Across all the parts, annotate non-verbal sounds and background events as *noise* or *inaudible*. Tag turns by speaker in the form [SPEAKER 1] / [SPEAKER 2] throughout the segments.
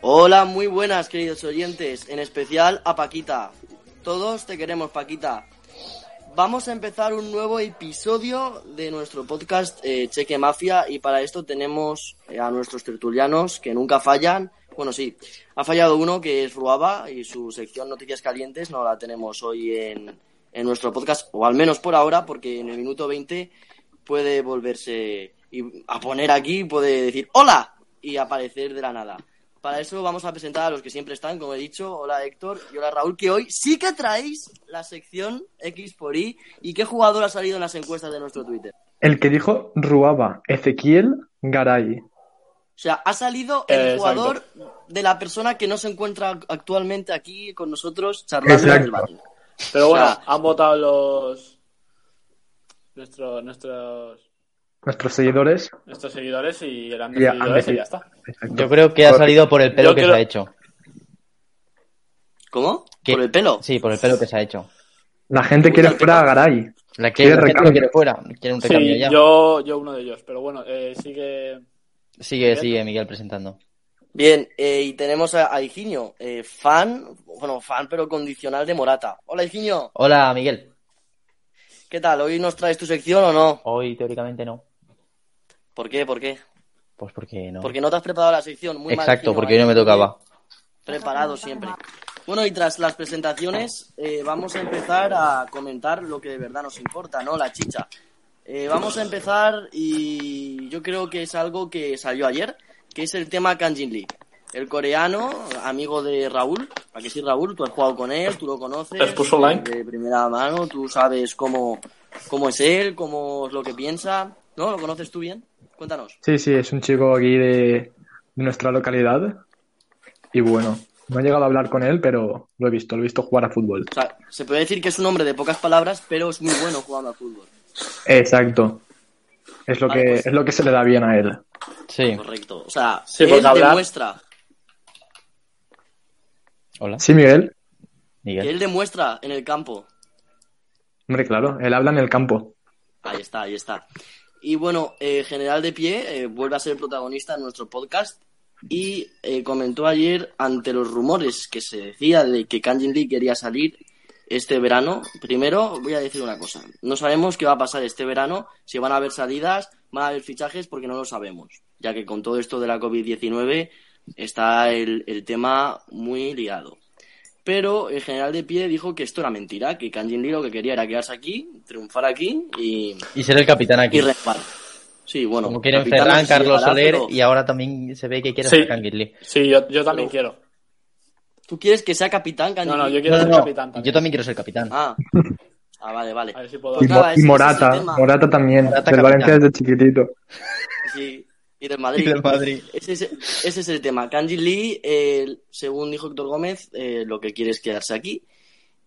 [SPEAKER 1] Hola, muy buenas, queridos oyentes, en especial a Paquita. Todos te queremos, Paquita. Vamos a empezar un nuevo episodio de nuestro podcast eh, Cheque Mafia y para esto tenemos eh, a nuestros tertulianos que nunca fallan. Bueno, sí, ha fallado uno que es Ruaba y su sección Noticias Calientes no la tenemos hoy en, en nuestro podcast, o al menos por ahora, porque en el minuto 20 puede volverse y a poner aquí, puede decir ¡Hola! y aparecer de la nada. Para eso vamos a presentar a los que siempre están, como he dicho. Hola Héctor y hola Raúl, que hoy sí que traéis la sección X por Y. ¿Y qué jugador ha salido en las encuestas de nuestro Twitter?
[SPEAKER 2] El que dijo Ruaba, Ezequiel Garay.
[SPEAKER 1] O sea, ha salido el
[SPEAKER 3] Eh,
[SPEAKER 1] jugador de la persona que no se encuentra actualmente aquí con nosotros charlando
[SPEAKER 2] Exacto.
[SPEAKER 1] del Madrid.
[SPEAKER 3] Pero bueno,
[SPEAKER 1] O sea-
[SPEAKER 3] han votado los nuestros nuestros
[SPEAKER 2] Nuestros seguidores.
[SPEAKER 3] nuestros seguidores y el han
[SPEAKER 2] Ya,
[SPEAKER 3] decidido
[SPEAKER 2] han
[SPEAKER 3] ese y
[SPEAKER 2] decidido.
[SPEAKER 3] ya está.
[SPEAKER 2] Exacto.
[SPEAKER 4] Yo creo que ha
[SPEAKER 2] Por-
[SPEAKER 4] salido por el pelo
[SPEAKER 3] Yo
[SPEAKER 4] que
[SPEAKER 3] creo-
[SPEAKER 4] se ha hecho.
[SPEAKER 1] ¿Cómo?
[SPEAKER 4] ¿Qué?
[SPEAKER 1] ¿Por el pelo?
[SPEAKER 4] Sí, por el pelo que se ha hecho.
[SPEAKER 2] La gente quiere fuera a Garay.
[SPEAKER 4] La que
[SPEAKER 2] Quiere
[SPEAKER 4] la gente lo
[SPEAKER 2] recambio.
[SPEAKER 4] quiere fuera, quiere un recambio
[SPEAKER 3] Sí,
[SPEAKER 4] ya.
[SPEAKER 3] yo, yo uno de ellos, pero bueno, eh, sí que
[SPEAKER 4] Sigue, sigue Miguel presentando.
[SPEAKER 1] Bien, eh, y tenemos a, a Higinio, eh, fan, bueno, fan pero condicional de Morata. Hola Higinio,
[SPEAKER 4] Hola, Miguel.
[SPEAKER 1] ¿qué tal? ¿Hoy nos traes tu sección o no?
[SPEAKER 4] Hoy teóricamente no.
[SPEAKER 1] ¿Por qué? ¿Por qué?
[SPEAKER 4] Pues porque no.
[SPEAKER 1] Porque no te has preparado la sección. Muy mal,
[SPEAKER 4] Exacto,
[SPEAKER 1] Higinio,
[SPEAKER 4] porque
[SPEAKER 1] ¿eh?
[SPEAKER 4] hoy no me tocaba.
[SPEAKER 1] preparado siempre. Bueno, y tras las presentaciones eh, vamos a empezar a comentar lo que de verdad nos importa, ¿no? La chicha. Eh, vamos a empezar y yo creo que es algo que salió ayer, que es el tema Kanjin Lee. El coreano, amigo de Raúl, ¿a que sí, Raúl? Tú has jugado con él, tú lo conoces.
[SPEAKER 3] Les puso like.
[SPEAKER 1] De primera mano, tú sabes cómo, cómo es él, cómo es lo que piensa. ¿No? ¿Lo conoces tú bien? Cuéntanos.
[SPEAKER 2] Sí, sí, es un chico aquí de, de nuestra localidad. Y bueno, no he llegado a hablar con él, pero lo he visto, lo he visto jugar a fútbol.
[SPEAKER 1] O sea, se puede decir que es un hombre de pocas palabras, pero es muy bueno jugando al fútbol.
[SPEAKER 2] Exacto. Es lo
[SPEAKER 1] Vale,
[SPEAKER 2] que,
[SPEAKER 1] pues-
[SPEAKER 2] es lo que se le da bien a él.
[SPEAKER 4] Sí.
[SPEAKER 1] Correcto. O sea,
[SPEAKER 3] Sí,
[SPEAKER 1] él
[SPEAKER 3] porque hablar-
[SPEAKER 1] demuestra,
[SPEAKER 4] Hola,
[SPEAKER 2] Sí, Miguel.
[SPEAKER 1] que
[SPEAKER 4] Miguel.
[SPEAKER 1] él demuestra en el campo.
[SPEAKER 2] Hombre, claro, él habla en el campo.
[SPEAKER 1] Ahí está, ahí está. Y bueno, eh, General de Pie eh, vuelve a ser protagonista en nuestro podcast y eh, comentó ayer ante los rumores que se decía de que Kanjin Lee quería salir este verano. Primero voy a decir una cosa. No sabemos qué va a pasar este verano, si van a haber salidas, van a haber fichajes, porque no lo sabemos. Ya que con todo esto de la COVID-19 está el, el tema muy liado. Pero el general de pie dijo que esto era mentira, que Kanjin Lee lo que quería era quedarse aquí, triunfar aquí y,
[SPEAKER 4] Y será el capitán aquí.
[SPEAKER 1] y renovar. Sí, bueno.
[SPEAKER 4] Como quieren
[SPEAKER 1] capitán, no
[SPEAKER 4] Ferran,
[SPEAKER 1] sé si
[SPEAKER 4] Carlos
[SPEAKER 1] llegará,
[SPEAKER 4] Soler
[SPEAKER 1] pero
[SPEAKER 4] y ahora también se ve que quiere
[SPEAKER 3] Sí.
[SPEAKER 4] ser Frank Kirli.
[SPEAKER 3] sí, yo, yo también quiero.
[SPEAKER 1] ¿Tú quieres que sea capitán, Kanjin
[SPEAKER 3] No, no,
[SPEAKER 1] Lee?
[SPEAKER 3] yo quiero
[SPEAKER 4] No,
[SPEAKER 3] ser
[SPEAKER 4] no, no.
[SPEAKER 3] capitán también.
[SPEAKER 4] Yo también quiero ser capitán.
[SPEAKER 1] Ah. Ah, vale,
[SPEAKER 3] *laughs*
[SPEAKER 1] vale.
[SPEAKER 3] A ver si puedo.
[SPEAKER 2] Y,
[SPEAKER 1] Pues
[SPEAKER 2] Mo-
[SPEAKER 1] nada, ese-
[SPEAKER 2] y
[SPEAKER 1] ese es el
[SPEAKER 2] Morata,
[SPEAKER 1] tema.
[SPEAKER 2] Morata también,
[SPEAKER 4] Morata
[SPEAKER 2] del
[SPEAKER 4] capitán.
[SPEAKER 2] Valencia desde chiquitito.
[SPEAKER 1] Sí, y del Madrid.
[SPEAKER 4] Y *laughs* del Madrid.
[SPEAKER 1] Ese es, ese es el tema. Kanji Lee, eh, según dijo Héctor Gómez, eh, lo que quiere es quedarse aquí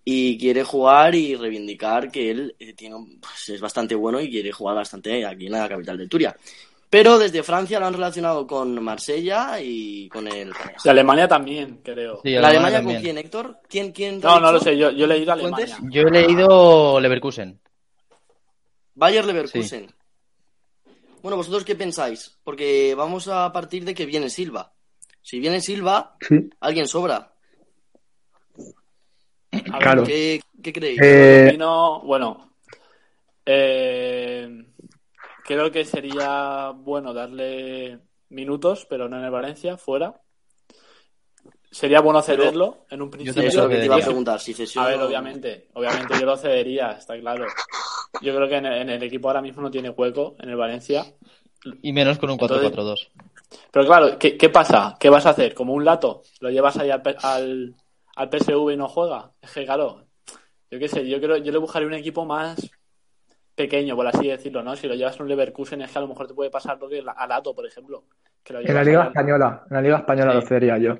[SPEAKER 1] y quiere jugar y reivindicar que él eh, tiene un- pues, es bastante bueno y quiere jugar bastante aquí en la capital de Turia. Pero desde Francia lo han relacionado con Marsella y con el...
[SPEAKER 3] Y Alemania también, creo.
[SPEAKER 4] Sí,
[SPEAKER 1] ¿La Alemania
[SPEAKER 4] también.
[SPEAKER 1] con quién, Héctor? ¿Quién, quién te ha
[SPEAKER 3] No, no
[SPEAKER 1] dicho?
[SPEAKER 3] lo sé, yo, yo le he ido a Alemania.
[SPEAKER 1] ¿Fuentes?
[SPEAKER 4] Yo he leído Leverkusen.
[SPEAKER 1] Bayer Leverkusen. Bueno, ¿vosotros qué pensáis? Porque vamos a partir de que viene Silva. Si viene Silva,
[SPEAKER 2] Sí.
[SPEAKER 1] alguien sobra.
[SPEAKER 3] A ver,
[SPEAKER 2] Claro.
[SPEAKER 1] ¿Qué, qué creéis?
[SPEAKER 2] Eh,
[SPEAKER 3] Vino- bueno, eh, creo que sería bueno darle minutos, pero no en el Valencia, fuera. Sería bueno cederlo en un
[SPEAKER 4] yo
[SPEAKER 3] principio.
[SPEAKER 1] Eso es lo que te iba a
[SPEAKER 4] Yo-
[SPEAKER 1] preguntar, si cesión
[SPEAKER 3] A ver,
[SPEAKER 1] o-
[SPEAKER 3] obviamente, obviamente yo lo cedería, está claro. Yo creo que en el, en el equipo ahora mismo no tiene hueco, en el Valencia.
[SPEAKER 4] Y menos con un 4-4-2.
[SPEAKER 3] Pero claro, ¿qué, qué pasa? ¿Qué vas a hacer? ¿Como un lato? ¿Lo llevas ahí al, P- al, al PSV y no juega? Es que claro, yo qué sé, yo creo, yo le buscaré un equipo más pequeño, por así decirlo, ¿no? Si lo llevas a un Leverkusen es que a lo mejor te puede pasar lo que la- a Lato, por ejemplo. Que lo
[SPEAKER 2] en la
[SPEAKER 3] llevas
[SPEAKER 2] Liga
[SPEAKER 3] al-
[SPEAKER 2] Española, en la Liga Española
[SPEAKER 3] Sí.
[SPEAKER 2] lo cedería yo.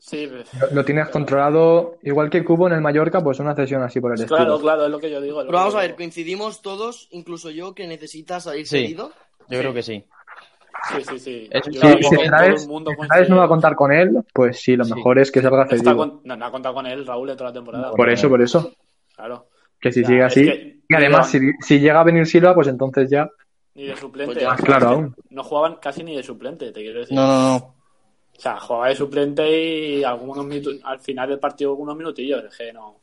[SPEAKER 3] Sí, pues,
[SPEAKER 2] Lo, lo tienes controlado, igual que Cubo en el Mallorca, pues una cesión así por el
[SPEAKER 3] claro,
[SPEAKER 2] estilo.
[SPEAKER 3] claro, es lo que yo digo. es lo
[SPEAKER 1] Pero
[SPEAKER 3] que
[SPEAKER 1] vamos
[SPEAKER 3] yo
[SPEAKER 1] a ver,
[SPEAKER 3] digo.
[SPEAKER 1] coincidimos todos, incluso yo, que necesita salir
[SPEAKER 4] Sí.
[SPEAKER 1] cedido.
[SPEAKER 4] Yo creo que sí.
[SPEAKER 3] Sí, sí, sí.
[SPEAKER 4] Eso
[SPEAKER 3] Yo
[SPEAKER 4] sí,
[SPEAKER 3] creo
[SPEAKER 2] Si,
[SPEAKER 3] que
[SPEAKER 2] si
[SPEAKER 3] todo el
[SPEAKER 2] Traes-
[SPEAKER 3] mundo
[SPEAKER 2] si Traes no va a
[SPEAKER 3] coincide.
[SPEAKER 2] contar con él, pues sí, lo
[SPEAKER 4] Sí.
[SPEAKER 2] mejor es que salga
[SPEAKER 3] No está
[SPEAKER 2] cedido.
[SPEAKER 3] con- no, no ha contado con él Raúl en toda la temporada.
[SPEAKER 2] Por eso, por eso.
[SPEAKER 3] Claro.
[SPEAKER 2] Que si
[SPEAKER 3] Ya,
[SPEAKER 2] sigue
[SPEAKER 3] es
[SPEAKER 2] así.
[SPEAKER 3] que-
[SPEAKER 2] y además, si, si llega a venir Silva, pues entonces ya.
[SPEAKER 3] Ni de suplente.
[SPEAKER 1] Pues ya.
[SPEAKER 2] Más claro aún.
[SPEAKER 3] No jugaban casi ni de suplente, te quiero decir.
[SPEAKER 4] No, no, no.
[SPEAKER 3] O sea, jugaba de suplente y algunos mitu- al final del partido unos minutillos. Es que no.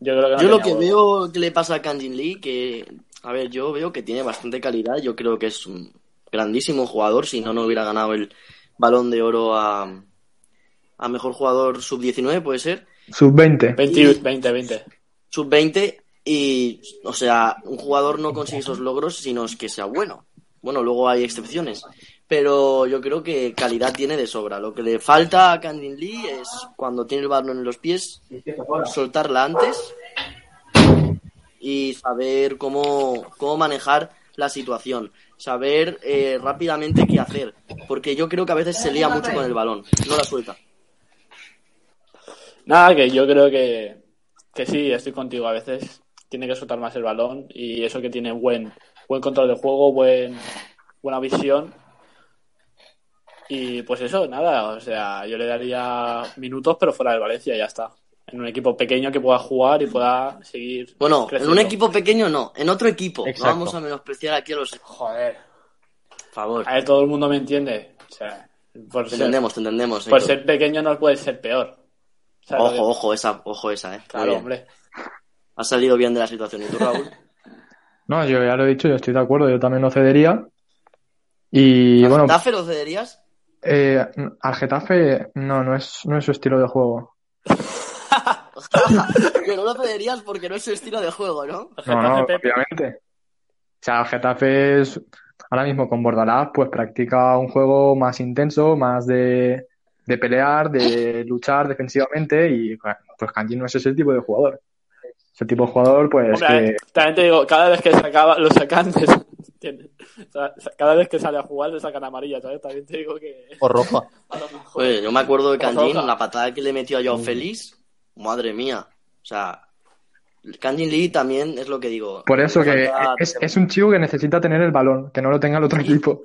[SPEAKER 3] Yo creo que no
[SPEAKER 1] Yo lo
[SPEAKER 3] tenía
[SPEAKER 1] que
[SPEAKER 3] huevo.
[SPEAKER 1] veo que le pasa a Kangin Lee, que, a ver, yo veo que tiene bastante calidad, yo creo que es un grandísimo jugador, si no, no hubiera ganado el balón de oro a, a mejor jugador sub-19, puede ser,
[SPEAKER 2] Sub-20.
[SPEAKER 3] 20, 20, 20.
[SPEAKER 1] sub-20, y, o sea, un jugador no consigue esos logros, sino es que sea bueno. Bueno, luego hay excepciones, pero yo creo que calidad tiene de sobra. Lo que le falta a Kangin Lee es cuando tiene el balón en los pies, soltarla antes y saber cómo, cómo manejar la situación, saber eh, rápidamente qué hacer, porque yo creo que a veces se lía mucho con el balón, no la suelta.
[SPEAKER 3] Nada, que yo creo que, que sí, estoy contigo. A veces tiene que soltar más el balón y eso que tiene buen, buen control de juego, buen, buena visión. Y pues eso, nada, o sea, yo le daría minutos, pero fuera del Valencia, ya está. En un equipo pequeño que pueda jugar y pueda seguir.
[SPEAKER 1] Bueno, en
[SPEAKER 3] creciendo.
[SPEAKER 1] un equipo pequeño no, en otro equipo. No
[SPEAKER 4] Exacto.
[SPEAKER 1] vamos a menospreciar aquí a los... Por
[SPEAKER 3] Joder,
[SPEAKER 1] favor,
[SPEAKER 3] a ver, todo el mundo me entiende. O sea, por
[SPEAKER 1] te
[SPEAKER 3] ser,
[SPEAKER 1] entendemos, te entendemos.
[SPEAKER 3] por
[SPEAKER 1] Héctor.
[SPEAKER 3] ser pequeño no puede ser peor. O sea, lo que-
[SPEAKER 1] Ojo, ojo, esa, ojo esa, eh. Muy
[SPEAKER 3] Claro,
[SPEAKER 1] bien.
[SPEAKER 3] hombre.
[SPEAKER 1] Ha salido bien de la situación. ¿Y tú,
[SPEAKER 2] *laughs*
[SPEAKER 1] Raúl?
[SPEAKER 2] No, yo ya lo he dicho, yo estoy de acuerdo, yo también lo cedería. Y bueno,
[SPEAKER 1] ¿Getafe lo cederías? *laughs*
[SPEAKER 2] eh, al Getafe no, no es, no es su estilo de juego.
[SPEAKER 1] que no lo cederías porque no es su estilo de juego, ¿no?
[SPEAKER 2] No, no,
[SPEAKER 3] Getafe, Pepe.
[SPEAKER 2] obviamente. O sea, el Getafe es, ahora mismo con Bordalás, pues practica un juego más intenso, más de, de pelear, de luchar defensivamente y bueno, pues Kanji no es ese tipo de jugador. Ese tipo de jugador, pues
[SPEAKER 3] Hombre, a
[SPEAKER 2] que...
[SPEAKER 3] ver, también te digo, cada vez que sacaba, lo sacan, te- *laughs* tiene- o sea, cada vez que sale a jugar le sacan amarilla, ¿sabes? También te digo que
[SPEAKER 4] O roja.
[SPEAKER 3] a lo mejor-
[SPEAKER 1] Oye, yo me acuerdo de Kanjin,
[SPEAKER 3] Ojalá.
[SPEAKER 1] la patada que le metió a Joao
[SPEAKER 2] Mm.
[SPEAKER 1] Félix. Madre mía. O sea, Kanjin Lee también es lo que digo.
[SPEAKER 2] Por eso que
[SPEAKER 1] Falta-
[SPEAKER 2] es, es un chico que necesita tener el balón, que no lo tenga el otro equipo.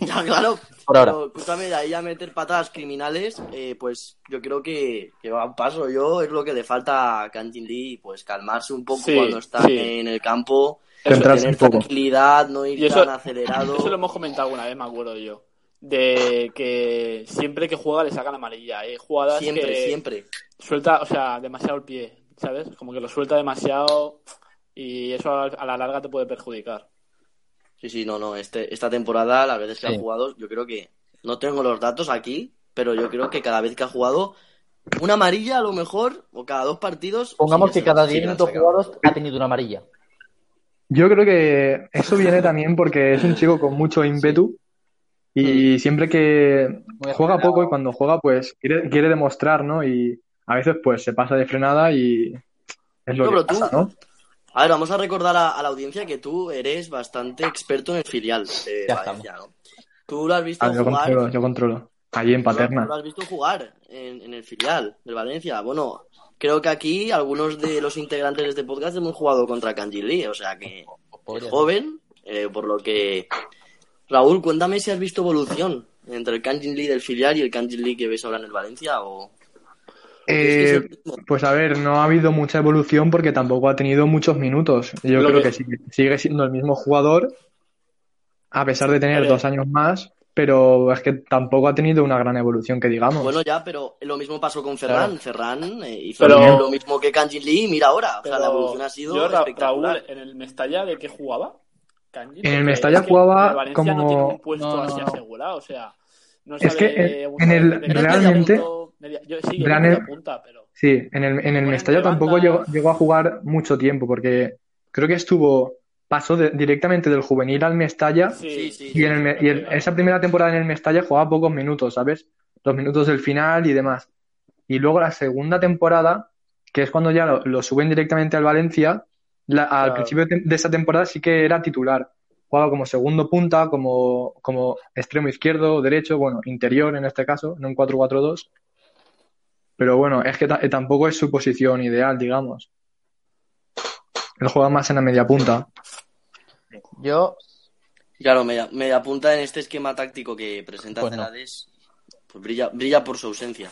[SPEAKER 1] Ya, claro.
[SPEAKER 4] Por ahora.
[SPEAKER 1] Pero, escúchame, de ahí a meter patadas criminales, eh, pues yo creo que, que va un paso. Yo es lo que le falta a Kanjin Lee, pues calmarse un poco
[SPEAKER 3] Sí,
[SPEAKER 1] cuando está
[SPEAKER 3] sí.
[SPEAKER 1] en el campo.
[SPEAKER 3] Eso-
[SPEAKER 2] Centrarse
[SPEAKER 1] tener
[SPEAKER 2] un poco.
[SPEAKER 1] tranquilidad, no ir
[SPEAKER 3] Y eso-
[SPEAKER 1] tan acelerado.
[SPEAKER 3] *laughs* Eso lo hemos comentado alguna vez, me acuerdo yo. De que siempre que juega le sacan amarilla. Hay jugadas
[SPEAKER 1] siempre,
[SPEAKER 3] que
[SPEAKER 1] siempre.
[SPEAKER 3] suelta, o sea, demasiado el pie, ¿sabes? Como que lo suelta demasiado y eso a a la larga te puede perjudicar.
[SPEAKER 1] Sí, sí, no, no. Este, esta temporada, las veces que
[SPEAKER 4] Sí.
[SPEAKER 1] ha jugado, yo creo que. No tengo los datos aquí, pero yo creo que cada vez que ha jugado, una amarilla a lo mejor, o cada dos partidos.
[SPEAKER 4] Pongamos
[SPEAKER 1] sí
[SPEAKER 4] que
[SPEAKER 1] se la-
[SPEAKER 4] cada
[SPEAKER 1] sí
[SPEAKER 4] 10
[SPEAKER 1] que la
[SPEAKER 4] minutos
[SPEAKER 1] sacaba.
[SPEAKER 4] jugados ha tenido una amarilla.
[SPEAKER 2] Yo creo que eso viene también porque es un chico con mucho ímpetu
[SPEAKER 3] Mm.
[SPEAKER 2] y siempre que
[SPEAKER 4] Muy
[SPEAKER 2] juega
[SPEAKER 4] acelerado.
[SPEAKER 2] poco y cuando juega pues quiere, quiere demostrar, ¿no? Y a veces pues se pasa de frenada y es
[SPEAKER 1] No,
[SPEAKER 2] lo que
[SPEAKER 1] pero tú-
[SPEAKER 2] pasa, ¿no?
[SPEAKER 1] A ver, vamos a recordar a, a la audiencia que tú eres bastante experto en el filial de
[SPEAKER 4] Ya
[SPEAKER 1] Valencia, ¿no? Tú lo has visto
[SPEAKER 2] Ah, yo
[SPEAKER 1] jugar.
[SPEAKER 2] controlo, yo controlo. Allí en
[SPEAKER 1] tú lo-
[SPEAKER 2] Paterna.
[SPEAKER 1] tú lo has visto jugar en, en el filial del Valencia. Bueno, creo que aquí algunos de los integrantes de este podcast hemos jugado contra Kanji Lee, o sea que
[SPEAKER 4] Podría ser.
[SPEAKER 1] joven, eh, por lo que... Raúl, cuéntame si has visto evolución entre el Kanji Lee del filial y el Kanji Lee que ves ahora en el Valencia o...
[SPEAKER 2] Eh,
[SPEAKER 1] Es que es el mismo.
[SPEAKER 2] pues a ver, no ha habido mucha evolución porque tampoco ha tenido muchos minutos. Yo
[SPEAKER 3] Lo
[SPEAKER 2] creo
[SPEAKER 3] que-
[SPEAKER 2] que sigue, sigue siendo el mismo jugador, a pesar de tener
[SPEAKER 3] Eh.
[SPEAKER 2] dos años más, pero es que tampoco ha tenido una gran evolución, que digamos.
[SPEAKER 1] Bueno, ya, pero lo mismo pasó con Ferran. Ferran eh, hizo
[SPEAKER 3] Pero-
[SPEAKER 1] lo mismo que Kanji Lee, mira ahora. O sea, la
[SPEAKER 3] Pero
[SPEAKER 1] evolución ha sido
[SPEAKER 3] yo, Ra-
[SPEAKER 1] espectacular.
[SPEAKER 3] Raúl, en el Mestalla, ¿de qué jugaba? Kanji,
[SPEAKER 2] En el
[SPEAKER 3] porque
[SPEAKER 2] Mestalla
[SPEAKER 3] es que
[SPEAKER 2] jugaba
[SPEAKER 3] el Valencia no
[SPEAKER 2] como-
[SPEAKER 3] tiene un puesto
[SPEAKER 4] No, no,
[SPEAKER 3] así
[SPEAKER 4] no.
[SPEAKER 3] asegurado, o sea, no
[SPEAKER 2] Es
[SPEAKER 3] sabe
[SPEAKER 2] que en- en
[SPEAKER 3] abusar
[SPEAKER 2] el-
[SPEAKER 3] de- de-
[SPEAKER 1] realmente-
[SPEAKER 3] media- yo sí, yo
[SPEAKER 2] Real-
[SPEAKER 3] media punta, pero
[SPEAKER 2] Sí, en el, en el
[SPEAKER 3] Bueno,
[SPEAKER 2] Mestalla
[SPEAKER 3] levanta-
[SPEAKER 2] tampoco llegó, llegó a jugar mucho tiempo porque creo que estuvo, pasó de- directamente del juvenil al Mestalla
[SPEAKER 1] Sí, sí.
[SPEAKER 2] y, en el Me- y en esa primera temporada en el Mestalla jugaba pocos minutos, ¿sabes? Los minutos del final y demás. Y luego la segunda temporada, que es cuando ya lo, lo suben directamente al Valencia, la- al
[SPEAKER 3] Claro.
[SPEAKER 2] principio de de esa temporada sí que era titular. Jugaba como segundo punta, como, como extremo izquierdo, derecho, bueno, interior en este caso, no un 4-4-2. Pero bueno, es que ta- tampoco es su posición ideal, digamos. Él juega más en la media punta.
[SPEAKER 4] Yo,
[SPEAKER 1] Claro, media, media punta en este esquema táctico que presenta
[SPEAKER 4] Pues no.
[SPEAKER 1] Celades, pues brilla, brilla por su ausencia,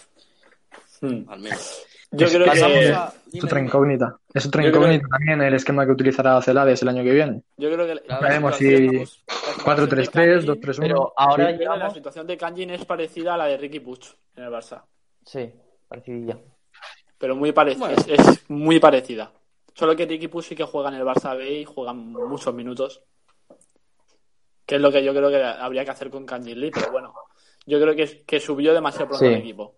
[SPEAKER 3] Hmm.
[SPEAKER 1] al menos.
[SPEAKER 3] Yo
[SPEAKER 2] Es
[SPEAKER 3] creo
[SPEAKER 2] que-
[SPEAKER 1] Pasamos
[SPEAKER 3] que,
[SPEAKER 1] a-
[SPEAKER 2] Es
[SPEAKER 1] dime,
[SPEAKER 2] otra
[SPEAKER 1] dime.
[SPEAKER 2] incógnita. Es otra
[SPEAKER 3] Yo creo-
[SPEAKER 2] incógnita también el esquema que utilizará Celades el año que viene.
[SPEAKER 3] yo creo que
[SPEAKER 1] Claro,
[SPEAKER 3] la
[SPEAKER 2] veremos
[SPEAKER 3] situación-
[SPEAKER 2] si
[SPEAKER 3] la situación de
[SPEAKER 2] 4-3-3,
[SPEAKER 3] Kanji-
[SPEAKER 2] 2-3-1.
[SPEAKER 4] Pero ahora
[SPEAKER 2] Sí.
[SPEAKER 3] yo creo que La
[SPEAKER 4] llevamos-
[SPEAKER 3] situación de Kanjin es parecida a la de Ricky Puch en el Barça.
[SPEAKER 4] Sí, parecidilla.
[SPEAKER 3] Pero muy parecida.
[SPEAKER 1] Bueno.
[SPEAKER 3] Es, es muy parecida. Solo que Ricky Puch sí que juega en el Barça B y juega muchos minutos. Que es lo que yo creo que habría que hacer con Kanjin Lee. Pero bueno, yo creo que, que subió demasiado pronto
[SPEAKER 4] Sí.
[SPEAKER 3] el equipo.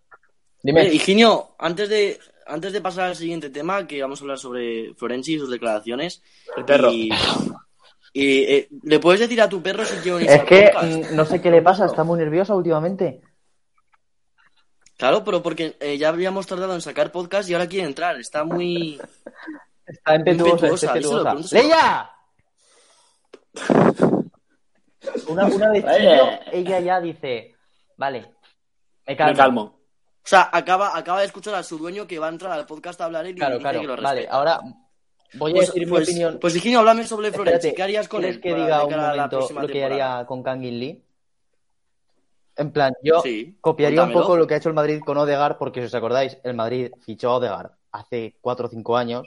[SPEAKER 4] Dime.
[SPEAKER 1] Eh, Higinio, antes de, antes de pasar al siguiente tema, que vamos a hablar sobre Florenzi y sus declaraciones.
[SPEAKER 3] El perro.
[SPEAKER 1] Y, y, eh, ¿Le puedes decir a tu perro si quiere unirse
[SPEAKER 4] es
[SPEAKER 1] al
[SPEAKER 4] que
[SPEAKER 1] podcast?
[SPEAKER 4] mm, no sé qué le pasa, está muy nerviosa últimamente.
[SPEAKER 1] Claro, pero porque eh, ya habíamos tardado en sacar podcast y ahora quiere entrar. Está muy.
[SPEAKER 4] Está impetuosa,
[SPEAKER 1] Impetuosa,
[SPEAKER 4] está
[SPEAKER 1] díselo,
[SPEAKER 4] impetuosa.
[SPEAKER 1] pregúntaselo.
[SPEAKER 4] ¡Leia! Una, una vez
[SPEAKER 3] Leia.
[SPEAKER 4] chillo, ella ya dice, vale, me calmo.
[SPEAKER 3] Me calmo.
[SPEAKER 1] O sea, acaba, acaba de escuchar a su dueño que va a entrar al podcast a hablar él y
[SPEAKER 4] Claro,
[SPEAKER 1] dice que lo
[SPEAKER 4] claro.
[SPEAKER 1] respete.
[SPEAKER 4] Vale, ahora voy a
[SPEAKER 1] Pues,
[SPEAKER 4] decir mi
[SPEAKER 1] pues,
[SPEAKER 4] opinión.
[SPEAKER 1] pues, Higinio, háblame sobre
[SPEAKER 4] Espérate,
[SPEAKER 1] Florenzi. ¿Qué harías con
[SPEAKER 4] ¿quieres
[SPEAKER 1] él?
[SPEAKER 4] que
[SPEAKER 1] para
[SPEAKER 4] diga
[SPEAKER 1] de
[SPEAKER 4] un
[SPEAKER 1] cara a la
[SPEAKER 4] momento
[SPEAKER 1] próxima
[SPEAKER 4] lo que
[SPEAKER 1] temporada?
[SPEAKER 4] haría con Kangin Lee? En plan, yo
[SPEAKER 1] Sí,
[SPEAKER 4] copiaría
[SPEAKER 1] cuéntamelo.
[SPEAKER 4] un poco lo que ha hecho el Madrid con Odegaard, porque si os acordáis, el Madrid fichó a Odegaard hace 4 o 5 años,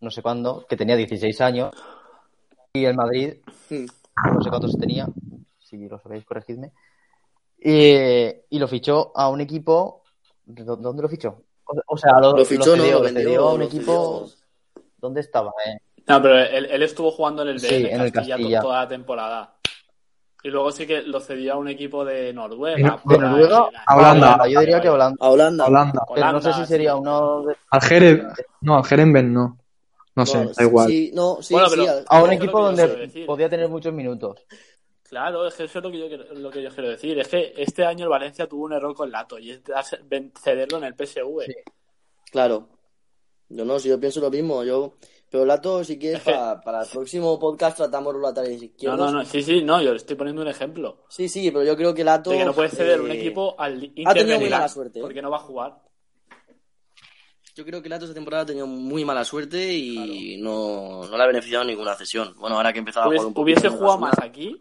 [SPEAKER 4] no sé cuándo, que tenía 16 años, y el Madrid,
[SPEAKER 1] Sí.
[SPEAKER 3] Hmm.
[SPEAKER 4] no sé cuántos tenía, si lo sabéis, corregidme, y, y lo fichó a un equipo, ¿dó- ¿dónde lo fichó? O, o sea, lo,
[SPEAKER 1] Lo fichó,
[SPEAKER 4] lo
[SPEAKER 1] ¿no?
[SPEAKER 4] cedió,
[SPEAKER 1] Lo
[SPEAKER 4] lo
[SPEAKER 1] vendió,
[SPEAKER 4] cedió a un
[SPEAKER 1] lo
[SPEAKER 4] equipo,
[SPEAKER 1] cedió.
[SPEAKER 4] ¿dónde estaba? eh?
[SPEAKER 3] No, pero él, él estuvo jugando en el B,
[SPEAKER 4] Sí,
[SPEAKER 3] en, el
[SPEAKER 4] en el
[SPEAKER 3] Castilla, to-
[SPEAKER 4] Castilla.
[SPEAKER 3] toda la temporada. Y luego sí que lo cedió a un equipo de Noruega.
[SPEAKER 2] ¿De
[SPEAKER 3] por ahí,
[SPEAKER 2] Noruega?
[SPEAKER 3] era-
[SPEAKER 2] A Holanda.
[SPEAKER 4] Holanda, yo diría que Holanda.
[SPEAKER 1] A Holanda.
[SPEAKER 2] Holanda.
[SPEAKER 4] Pero no sé
[SPEAKER 3] Holanda,
[SPEAKER 4] si
[SPEAKER 3] sí.
[SPEAKER 4] sería uno de
[SPEAKER 2] Al Jerez. No, al Jerenben no. No sé,
[SPEAKER 1] No,
[SPEAKER 2] da igual.
[SPEAKER 1] Pues Sí, no, sí,
[SPEAKER 3] Bueno,
[SPEAKER 1] sí,
[SPEAKER 3] pero-
[SPEAKER 1] a-
[SPEAKER 4] a un
[SPEAKER 3] Eso es lo
[SPEAKER 4] equipo
[SPEAKER 3] que yo
[SPEAKER 4] donde
[SPEAKER 3] suelo decir.
[SPEAKER 4] podía tener muchos minutos.
[SPEAKER 3] Claro, es que eso es lo que, yo, quiero- lo que yo quiero decir. Es que este año el Valencia tuvo un error con Lato y es darse- ven- cederlo en el PSV.
[SPEAKER 4] Sí.
[SPEAKER 1] Claro. Yo no, si yo pienso lo mismo, yo... Pero Lato, si quieres,
[SPEAKER 4] *laughs*
[SPEAKER 1] pa- para el próximo podcast tratamos los laterales
[SPEAKER 3] No,
[SPEAKER 1] izquierdos.
[SPEAKER 3] no, no, sí, sí, no, yo le estoy poniendo un ejemplo.
[SPEAKER 1] Sí, sí, pero yo creo que Lato...
[SPEAKER 3] De que no puedes ceder
[SPEAKER 1] eh,
[SPEAKER 3] un equipo al Inter
[SPEAKER 1] ha tenido
[SPEAKER 3] de
[SPEAKER 1] muy mala
[SPEAKER 3] Milán,
[SPEAKER 1] suerte, ¿eh?
[SPEAKER 3] porque no va a jugar.
[SPEAKER 1] Yo creo que Lato esta temporada ha tenido muy mala suerte y no, no le ha beneficiado ninguna cesión. Bueno, ahora que empezaba a
[SPEAKER 3] Hubiese,
[SPEAKER 1] jugar Ah, un poquito
[SPEAKER 3] hubiese
[SPEAKER 1] en el
[SPEAKER 3] jugado más
[SPEAKER 1] Osasuna,
[SPEAKER 3] aquí,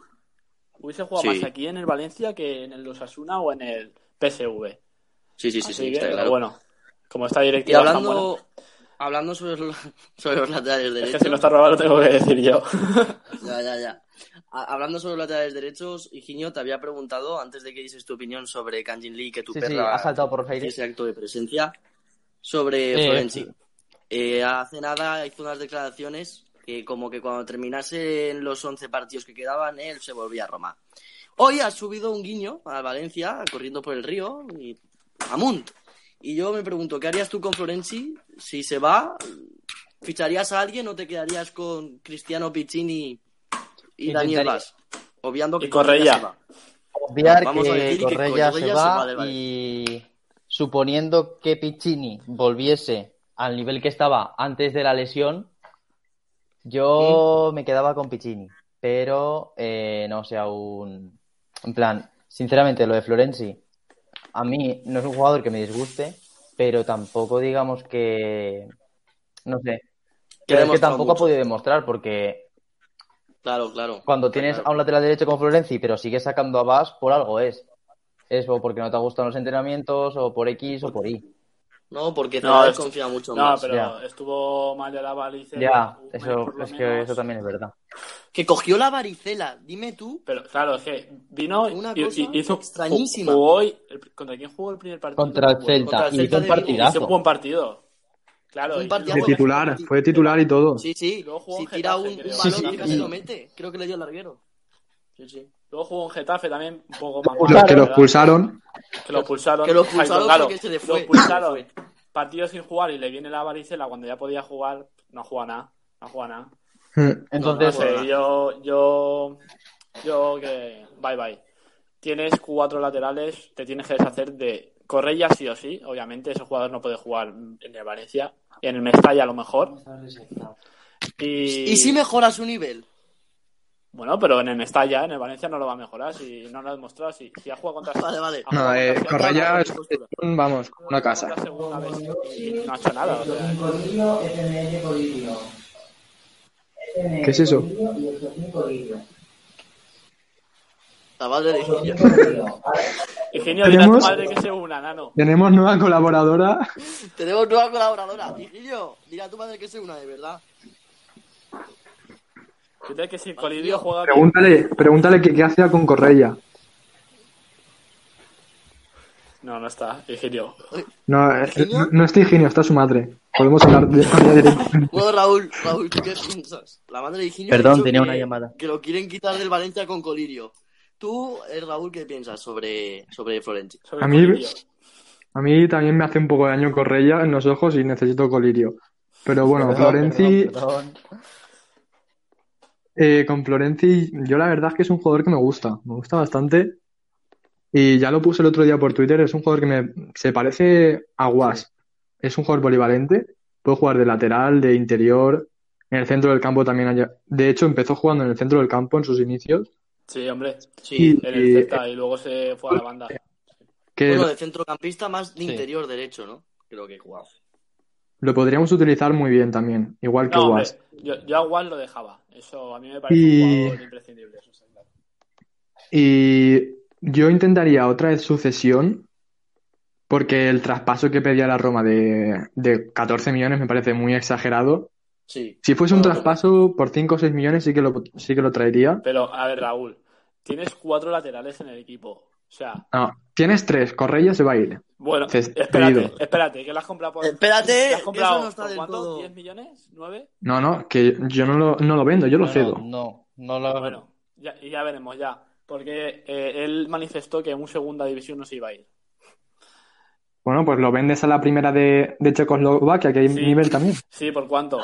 [SPEAKER 3] hubiese jugado
[SPEAKER 1] Sí.
[SPEAKER 3] más aquí en el Valencia que en el Osasuna o en el PSV.
[SPEAKER 1] Sí, sí, sí,
[SPEAKER 3] Así
[SPEAKER 1] sí,
[SPEAKER 3] que,
[SPEAKER 1] está
[SPEAKER 3] pero
[SPEAKER 1] claro.
[SPEAKER 3] bueno, como está
[SPEAKER 1] y
[SPEAKER 3] directiva tan buena,
[SPEAKER 1] hablando, hablando sobre, los, *laughs* sobre los laterales
[SPEAKER 3] es
[SPEAKER 1] derechos...
[SPEAKER 3] que si no está robado lo tengo que decir yo.
[SPEAKER 1] Ya, ya, ya. Ha- Hablando sobre los laterales derechos, Higinio, te había preguntado, antes de que dices tu opinión sobre Kanjin Lee, que tu
[SPEAKER 4] Sí, sí,
[SPEAKER 1] perra
[SPEAKER 4] ha saltado por los aires.
[SPEAKER 1] ese acto de presencia, sobre
[SPEAKER 4] Eh,
[SPEAKER 1] Florenzi. Eh, hace nada hizo unas declaraciones que como que cuando terminasen los 11 partidos que quedaban, él se volvía a Roma. Hoy ha subido un guiño a Valencia, corriendo por el río, y a Munt. Y yo me pregunto, ¿qué harías tú con Florenzi si se va? ¿Ficharías a alguien o te quedarías con Cristiano Piccini y Daniel
[SPEAKER 4] Intentaría-
[SPEAKER 1] Vaz? Obviando que
[SPEAKER 3] Y Correia.
[SPEAKER 1] ya se va.
[SPEAKER 4] Obviar
[SPEAKER 1] Vamos a
[SPEAKER 4] que
[SPEAKER 1] decir que
[SPEAKER 4] Correa
[SPEAKER 1] Correa
[SPEAKER 4] se
[SPEAKER 1] se
[SPEAKER 4] va
[SPEAKER 1] va, vale, vale.
[SPEAKER 4] y suponiendo que Piccini volviese al nivel que estaba antes de la lesión, yo me quedaba con Piccini, pero eh, no sé aún. En plan, sinceramente, lo de Florenzi, a mí no es un jugador que me disguste, pero tampoco digamos que. No sé. Pero es que
[SPEAKER 1] demostrado
[SPEAKER 4] tampoco ha
[SPEAKER 1] mucho.
[SPEAKER 4] podido demostrar porque
[SPEAKER 1] Claro, claro.
[SPEAKER 4] cuando tienes
[SPEAKER 1] Claro.
[SPEAKER 4] a un lateral derecho como Florenzi, pero sigues sacando a Vas, por algo es. Es o porque no te gustan los entrenamientos, o por X, o por Y.
[SPEAKER 1] No, porque
[SPEAKER 3] No,
[SPEAKER 1] no,
[SPEAKER 3] es-
[SPEAKER 1] confía mucho
[SPEAKER 3] No,
[SPEAKER 1] más.
[SPEAKER 3] pero
[SPEAKER 4] ya.
[SPEAKER 3] estuvo mal de la baliza.
[SPEAKER 4] Ya,
[SPEAKER 3] un mes
[SPEAKER 4] eso,
[SPEAKER 3] por lo
[SPEAKER 4] es que
[SPEAKER 3] menos.
[SPEAKER 4] eso también es verdad.
[SPEAKER 1] Que cogió la varicela, dime tú.
[SPEAKER 3] Pero claro, es que vino
[SPEAKER 1] Una
[SPEAKER 3] y,
[SPEAKER 1] cosa
[SPEAKER 3] y- hizo
[SPEAKER 1] extrañísima.
[SPEAKER 3] Jugó hoy- el- ¿Contra quién jugó el primer partido?
[SPEAKER 4] Contra el
[SPEAKER 3] Bueno,
[SPEAKER 1] Contra
[SPEAKER 4] Celta,
[SPEAKER 1] el
[SPEAKER 4] y
[SPEAKER 1] Celta
[SPEAKER 4] hizo
[SPEAKER 1] de
[SPEAKER 4] un
[SPEAKER 1] Vigo.
[SPEAKER 3] Hizo un
[SPEAKER 4] partidazo.
[SPEAKER 3] buen partido. Claro,
[SPEAKER 1] Un
[SPEAKER 3] y
[SPEAKER 1] partidazo.
[SPEAKER 2] De
[SPEAKER 3] luego-
[SPEAKER 2] titular, fue titular y todo.
[SPEAKER 1] Sí, sí.
[SPEAKER 3] Luego jugó
[SPEAKER 1] Si
[SPEAKER 3] Pues en
[SPEAKER 1] tira
[SPEAKER 3] Getafe,
[SPEAKER 1] un, un
[SPEAKER 3] creo.
[SPEAKER 1] balón,
[SPEAKER 4] Sí, sí,
[SPEAKER 1] casi
[SPEAKER 4] y-
[SPEAKER 1] lo mete. Creo que le dio al larguero. Sí, sí.
[SPEAKER 3] Luego jugó en Getafe también, un poco más
[SPEAKER 2] Pues Los
[SPEAKER 3] malo,
[SPEAKER 2] que lo
[SPEAKER 3] ¿verdad?
[SPEAKER 2] expulsaron.
[SPEAKER 3] Que lo expulsaron.
[SPEAKER 1] Que lo
[SPEAKER 3] Exacto,
[SPEAKER 1] expulsaron
[SPEAKER 3] claro.
[SPEAKER 1] porque se le fue.
[SPEAKER 3] Lo expulsaron. Partido sin jugar y le viene la varicela cuando ya podía jugar. No juega nada. No juega nada.
[SPEAKER 2] Mm.
[SPEAKER 3] No
[SPEAKER 4] Entonces, eh,
[SPEAKER 1] No, no,
[SPEAKER 3] sé, Ah, pues, yo, yo, yo que, bye bye. Tienes cuatro laterales, te tienes que deshacer de Correia sí o sí, obviamente ese jugador no puede jugar en el Valencia, en el Mestalla a lo mejor. Y,
[SPEAKER 1] Y si mejora su nivel.
[SPEAKER 3] bueno, pero en el Mestalla, en el Valencia no lo va a mejorar, si no lo ha demostrado, si, si ha jugado contra
[SPEAKER 1] Vale, vale.
[SPEAKER 3] ha jugado
[SPEAKER 2] No,
[SPEAKER 3] contra
[SPEAKER 2] eh,
[SPEAKER 3] Celta, no ha
[SPEAKER 2] Correia
[SPEAKER 3] jugado
[SPEAKER 2] es,
[SPEAKER 3] contra Cultura.
[SPEAKER 2] un- vamos, una
[SPEAKER 3] Ha
[SPEAKER 2] casa.
[SPEAKER 3] jugado segunda vez y- y no ha hecho nada. o sea,
[SPEAKER 2] ¿Qué es eso?
[SPEAKER 1] La madre de Higinio.
[SPEAKER 4] Ah,
[SPEAKER 3] Eugenio, dile a tu
[SPEAKER 2] Tenemos-
[SPEAKER 3] madre que se una, nano.
[SPEAKER 2] Tenemos nueva colaboradora.
[SPEAKER 1] Tenemos nueva colaboradora. Higinio, dile a tu madre que se una, de verdad.
[SPEAKER 3] Yo creo que si el colirio juega bien,
[SPEAKER 2] Pregúntale, pregúntale qué, qué hacía con Correia.
[SPEAKER 3] No, no está, Eugenio.
[SPEAKER 2] No, eh,
[SPEAKER 1] ¿Higinio?
[SPEAKER 2] no, no está Higinio, está su madre. Podemos hablar de ella directamente.
[SPEAKER 1] Bueno, Raúl, Raúl, ¿tú qué piensas? La madre de Higinio
[SPEAKER 4] Perdón,
[SPEAKER 1] ha dicho
[SPEAKER 4] tenía
[SPEAKER 1] que-
[SPEAKER 4] una llamada.
[SPEAKER 1] Que lo quieren quitar del Valencia con Colirio. Tú, eh, Raúl, ¿qué piensas sobre, sobre Florenzi?
[SPEAKER 3] Sobre
[SPEAKER 2] A
[SPEAKER 3] el
[SPEAKER 2] mí-
[SPEAKER 3] Colirio.
[SPEAKER 2] A mí también me hace un poco de daño Correia en los ojos y necesito colirio. Pero bueno,
[SPEAKER 4] Perdón,
[SPEAKER 2] Florenzi,
[SPEAKER 4] perdón, perdón.
[SPEAKER 2] eh, con Florenzi, yo la verdad es que es un jugador que me gusta, me gusta bastante. Y ya lo puse el otro día por Twitter, es un jugador que me, se parece a Guas. Es un jugador polivalente, puede jugar de lateral, de interior, en el centro del campo también. haya- De hecho, empezó jugando en el centro del campo en sus inicios.
[SPEAKER 3] Sí, hombre,
[SPEAKER 1] Sí.
[SPEAKER 3] en el
[SPEAKER 2] Y- eh,
[SPEAKER 3] Celta y luego se fue a la banda.
[SPEAKER 2] que
[SPEAKER 1] Bueno, de centrocampista más de
[SPEAKER 4] Eh, Sí.
[SPEAKER 1] interior derecho, ¿no? Creo que jugaba.
[SPEAKER 2] lo podríamos utilizar muy bien también, igual que
[SPEAKER 3] No, hombre,
[SPEAKER 2] Guas.
[SPEAKER 3] yo, yo a Guas lo dejaba. Eso a mí me parece
[SPEAKER 2] Y-
[SPEAKER 3] un jugador imprescindible. eso está claro.
[SPEAKER 2] Y yo intentaría otra vez sucesión, porque el traspaso que pedía la Roma de, de 14 millones me parece muy exagerado.
[SPEAKER 1] Sí.
[SPEAKER 2] Si fuese un
[SPEAKER 1] Claro.
[SPEAKER 2] traspaso por 5 o 6 millones sí que lo, sí que lo traería.
[SPEAKER 3] Pero, a ver, Raúl, tienes cuatro laterales en el equipo. O sea,
[SPEAKER 2] No, tienes tres, Correia se va a ir.
[SPEAKER 3] bueno,
[SPEAKER 2] Te-
[SPEAKER 3] espérate,
[SPEAKER 2] pedido.
[SPEAKER 3] espérate, que lo has comprado por...
[SPEAKER 1] Espérate,
[SPEAKER 3] ¿Lo Pues, has
[SPEAKER 1] que
[SPEAKER 3] comprado
[SPEAKER 1] eso no está
[SPEAKER 3] por
[SPEAKER 1] del
[SPEAKER 3] cuánto?
[SPEAKER 1] todo.
[SPEAKER 3] ¿10 millones? ¿9?
[SPEAKER 2] No, no, que yo no lo, no lo vendo, yo lo
[SPEAKER 4] No,
[SPEAKER 2] cedo.
[SPEAKER 4] No, no, no
[SPEAKER 2] Ah.
[SPEAKER 4] lo
[SPEAKER 3] Bueno, ya, ya veremos, ya. Porque eh, él manifestó que en un segunda división no se iba a ir.
[SPEAKER 2] Bueno, pues lo vendes a la primera de, de Checoslovaquia, que hay
[SPEAKER 3] Sí.
[SPEAKER 2] nivel también.
[SPEAKER 3] Sí, ¿por cuánto?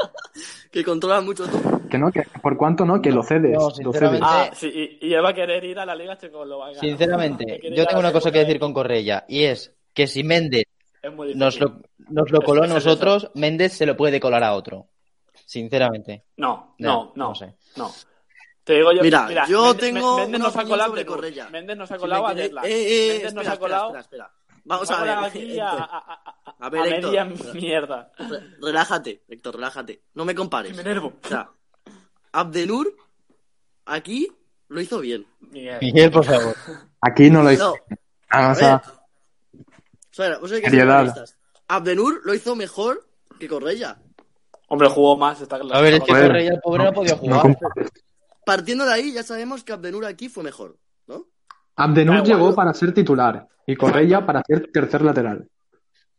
[SPEAKER 1] Que controla mucho.
[SPEAKER 2] Que no, que por cuánto no, que lo cedes, lo
[SPEAKER 4] no, sinceramente-
[SPEAKER 2] cedes.
[SPEAKER 3] Ah, sí, y, y él va a querer ir a la Liga Checoslovaca.
[SPEAKER 4] Sinceramente,
[SPEAKER 3] Quiere ir
[SPEAKER 4] yo
[SPEAKER 3] a la
[SPEAKER 4] tengo una cosa que
[SPEAKER 3] segunda
[SPEAKER 4] decir con Correia y es que si Méndez
[SPEAKER 3] división. Es muy difícil.
[SPEAKER 4] nos lo, nos lo
[SPEAKER 3] Es-
[SPEAKER 4] coló a
[SPEAKER 3] es el
[SPEAKER 4] nosotros, Méndez se lo puede colar a otro. Sinceramente.
[SPEAKER 3] No,
[SPEAKER 4] Ya,
[SPEAKER 3] no, no,
[SPEAKER 4] no sé.
[SPEAKER 3] no. Te digo yo,
[SPEAKER 1] Mira, yo
[SPEAKER 3] Méndez-
[SPEAKER 1] tengo
[SPEAKER 3] Méndez
[SPEAKER 1] una
[SPEAKER 3] nos ha
[SPEAKER 1] opinión
[SPEAKER 3] colado
[SPEAKER 1] sobre
[SPEAKER 3] a Perú.
[SPEAKER 1] Correia.
[SPEAKER 3] Méndez nos ha
[SPEAKER 1] Si me
[SPEAKER 3] colado a
[SPEAKER 1] queréis-
[SPEAKER 3] Derla.
[SPEAKER 1] Eh, eh, eh,
[SPEAKER 3] Méndez nos
[SPEAKER 1] espera,
[SPEAKER 3] ha colado.
[SPEAKER 1] espera, espera, espera. Vamos
[SPEAKER 3] nos ha
[SPEAKER 1] a ver.
[SPEAKER 3] colado aquí a,
[SPEAKER 1] Héctor,
[SPEAKER 3] a- a- a-
[SPEAKER 1] A ver,
[SPEAKER 3] a
[SPEAKER 1] Héctor.
[SPEAKER 3] media mierda.
[SPEAKER 1] re- Relájate, Héctor, relájate. No me
[SPEAKER 3] Que
[SPEAKER 1] compares.
[SPEAKER 3] me enervo.
[SPEAKER 1] O sea, Abdelur aquí lo hizo bien.
[SPEAKER 3] Miguel.
[SPEAKER 4] Miguel, por favor.
[SPEAKER 2] Aquí no lo
[SPEAKER 1] No,
[SPEAKER 2] hizo. Ah, o sea,
[SPEAKER 1] a ver. O sea, vosotros hay que
[SPEAKER 2] seriedad.
[SPEAKER 1] ser realistas. Abdenur lo hizo mejor que Correia.
[SPEAKER 3] Hombre, jugó más, está claro.
[SPEAKER 4] A ver, es que
[SPEAKER 2] Joder.
[SPEAKER 4] Correia, el pobre, no, ha podido
[SPEAKER 2] no
[SPEAKER 4] jugar.
[SPEAKER 2] compares.
[SPEAKER 1] Partiendo de ahí, ya sabemos que Abdenur aquí fue mejor, ¿no?
[SPEAKER 2] Abdenur
[SPEAKER 3] Da igual.
[SPEAKER 2] llegó para ser titular y Correia para ser tercer lateral.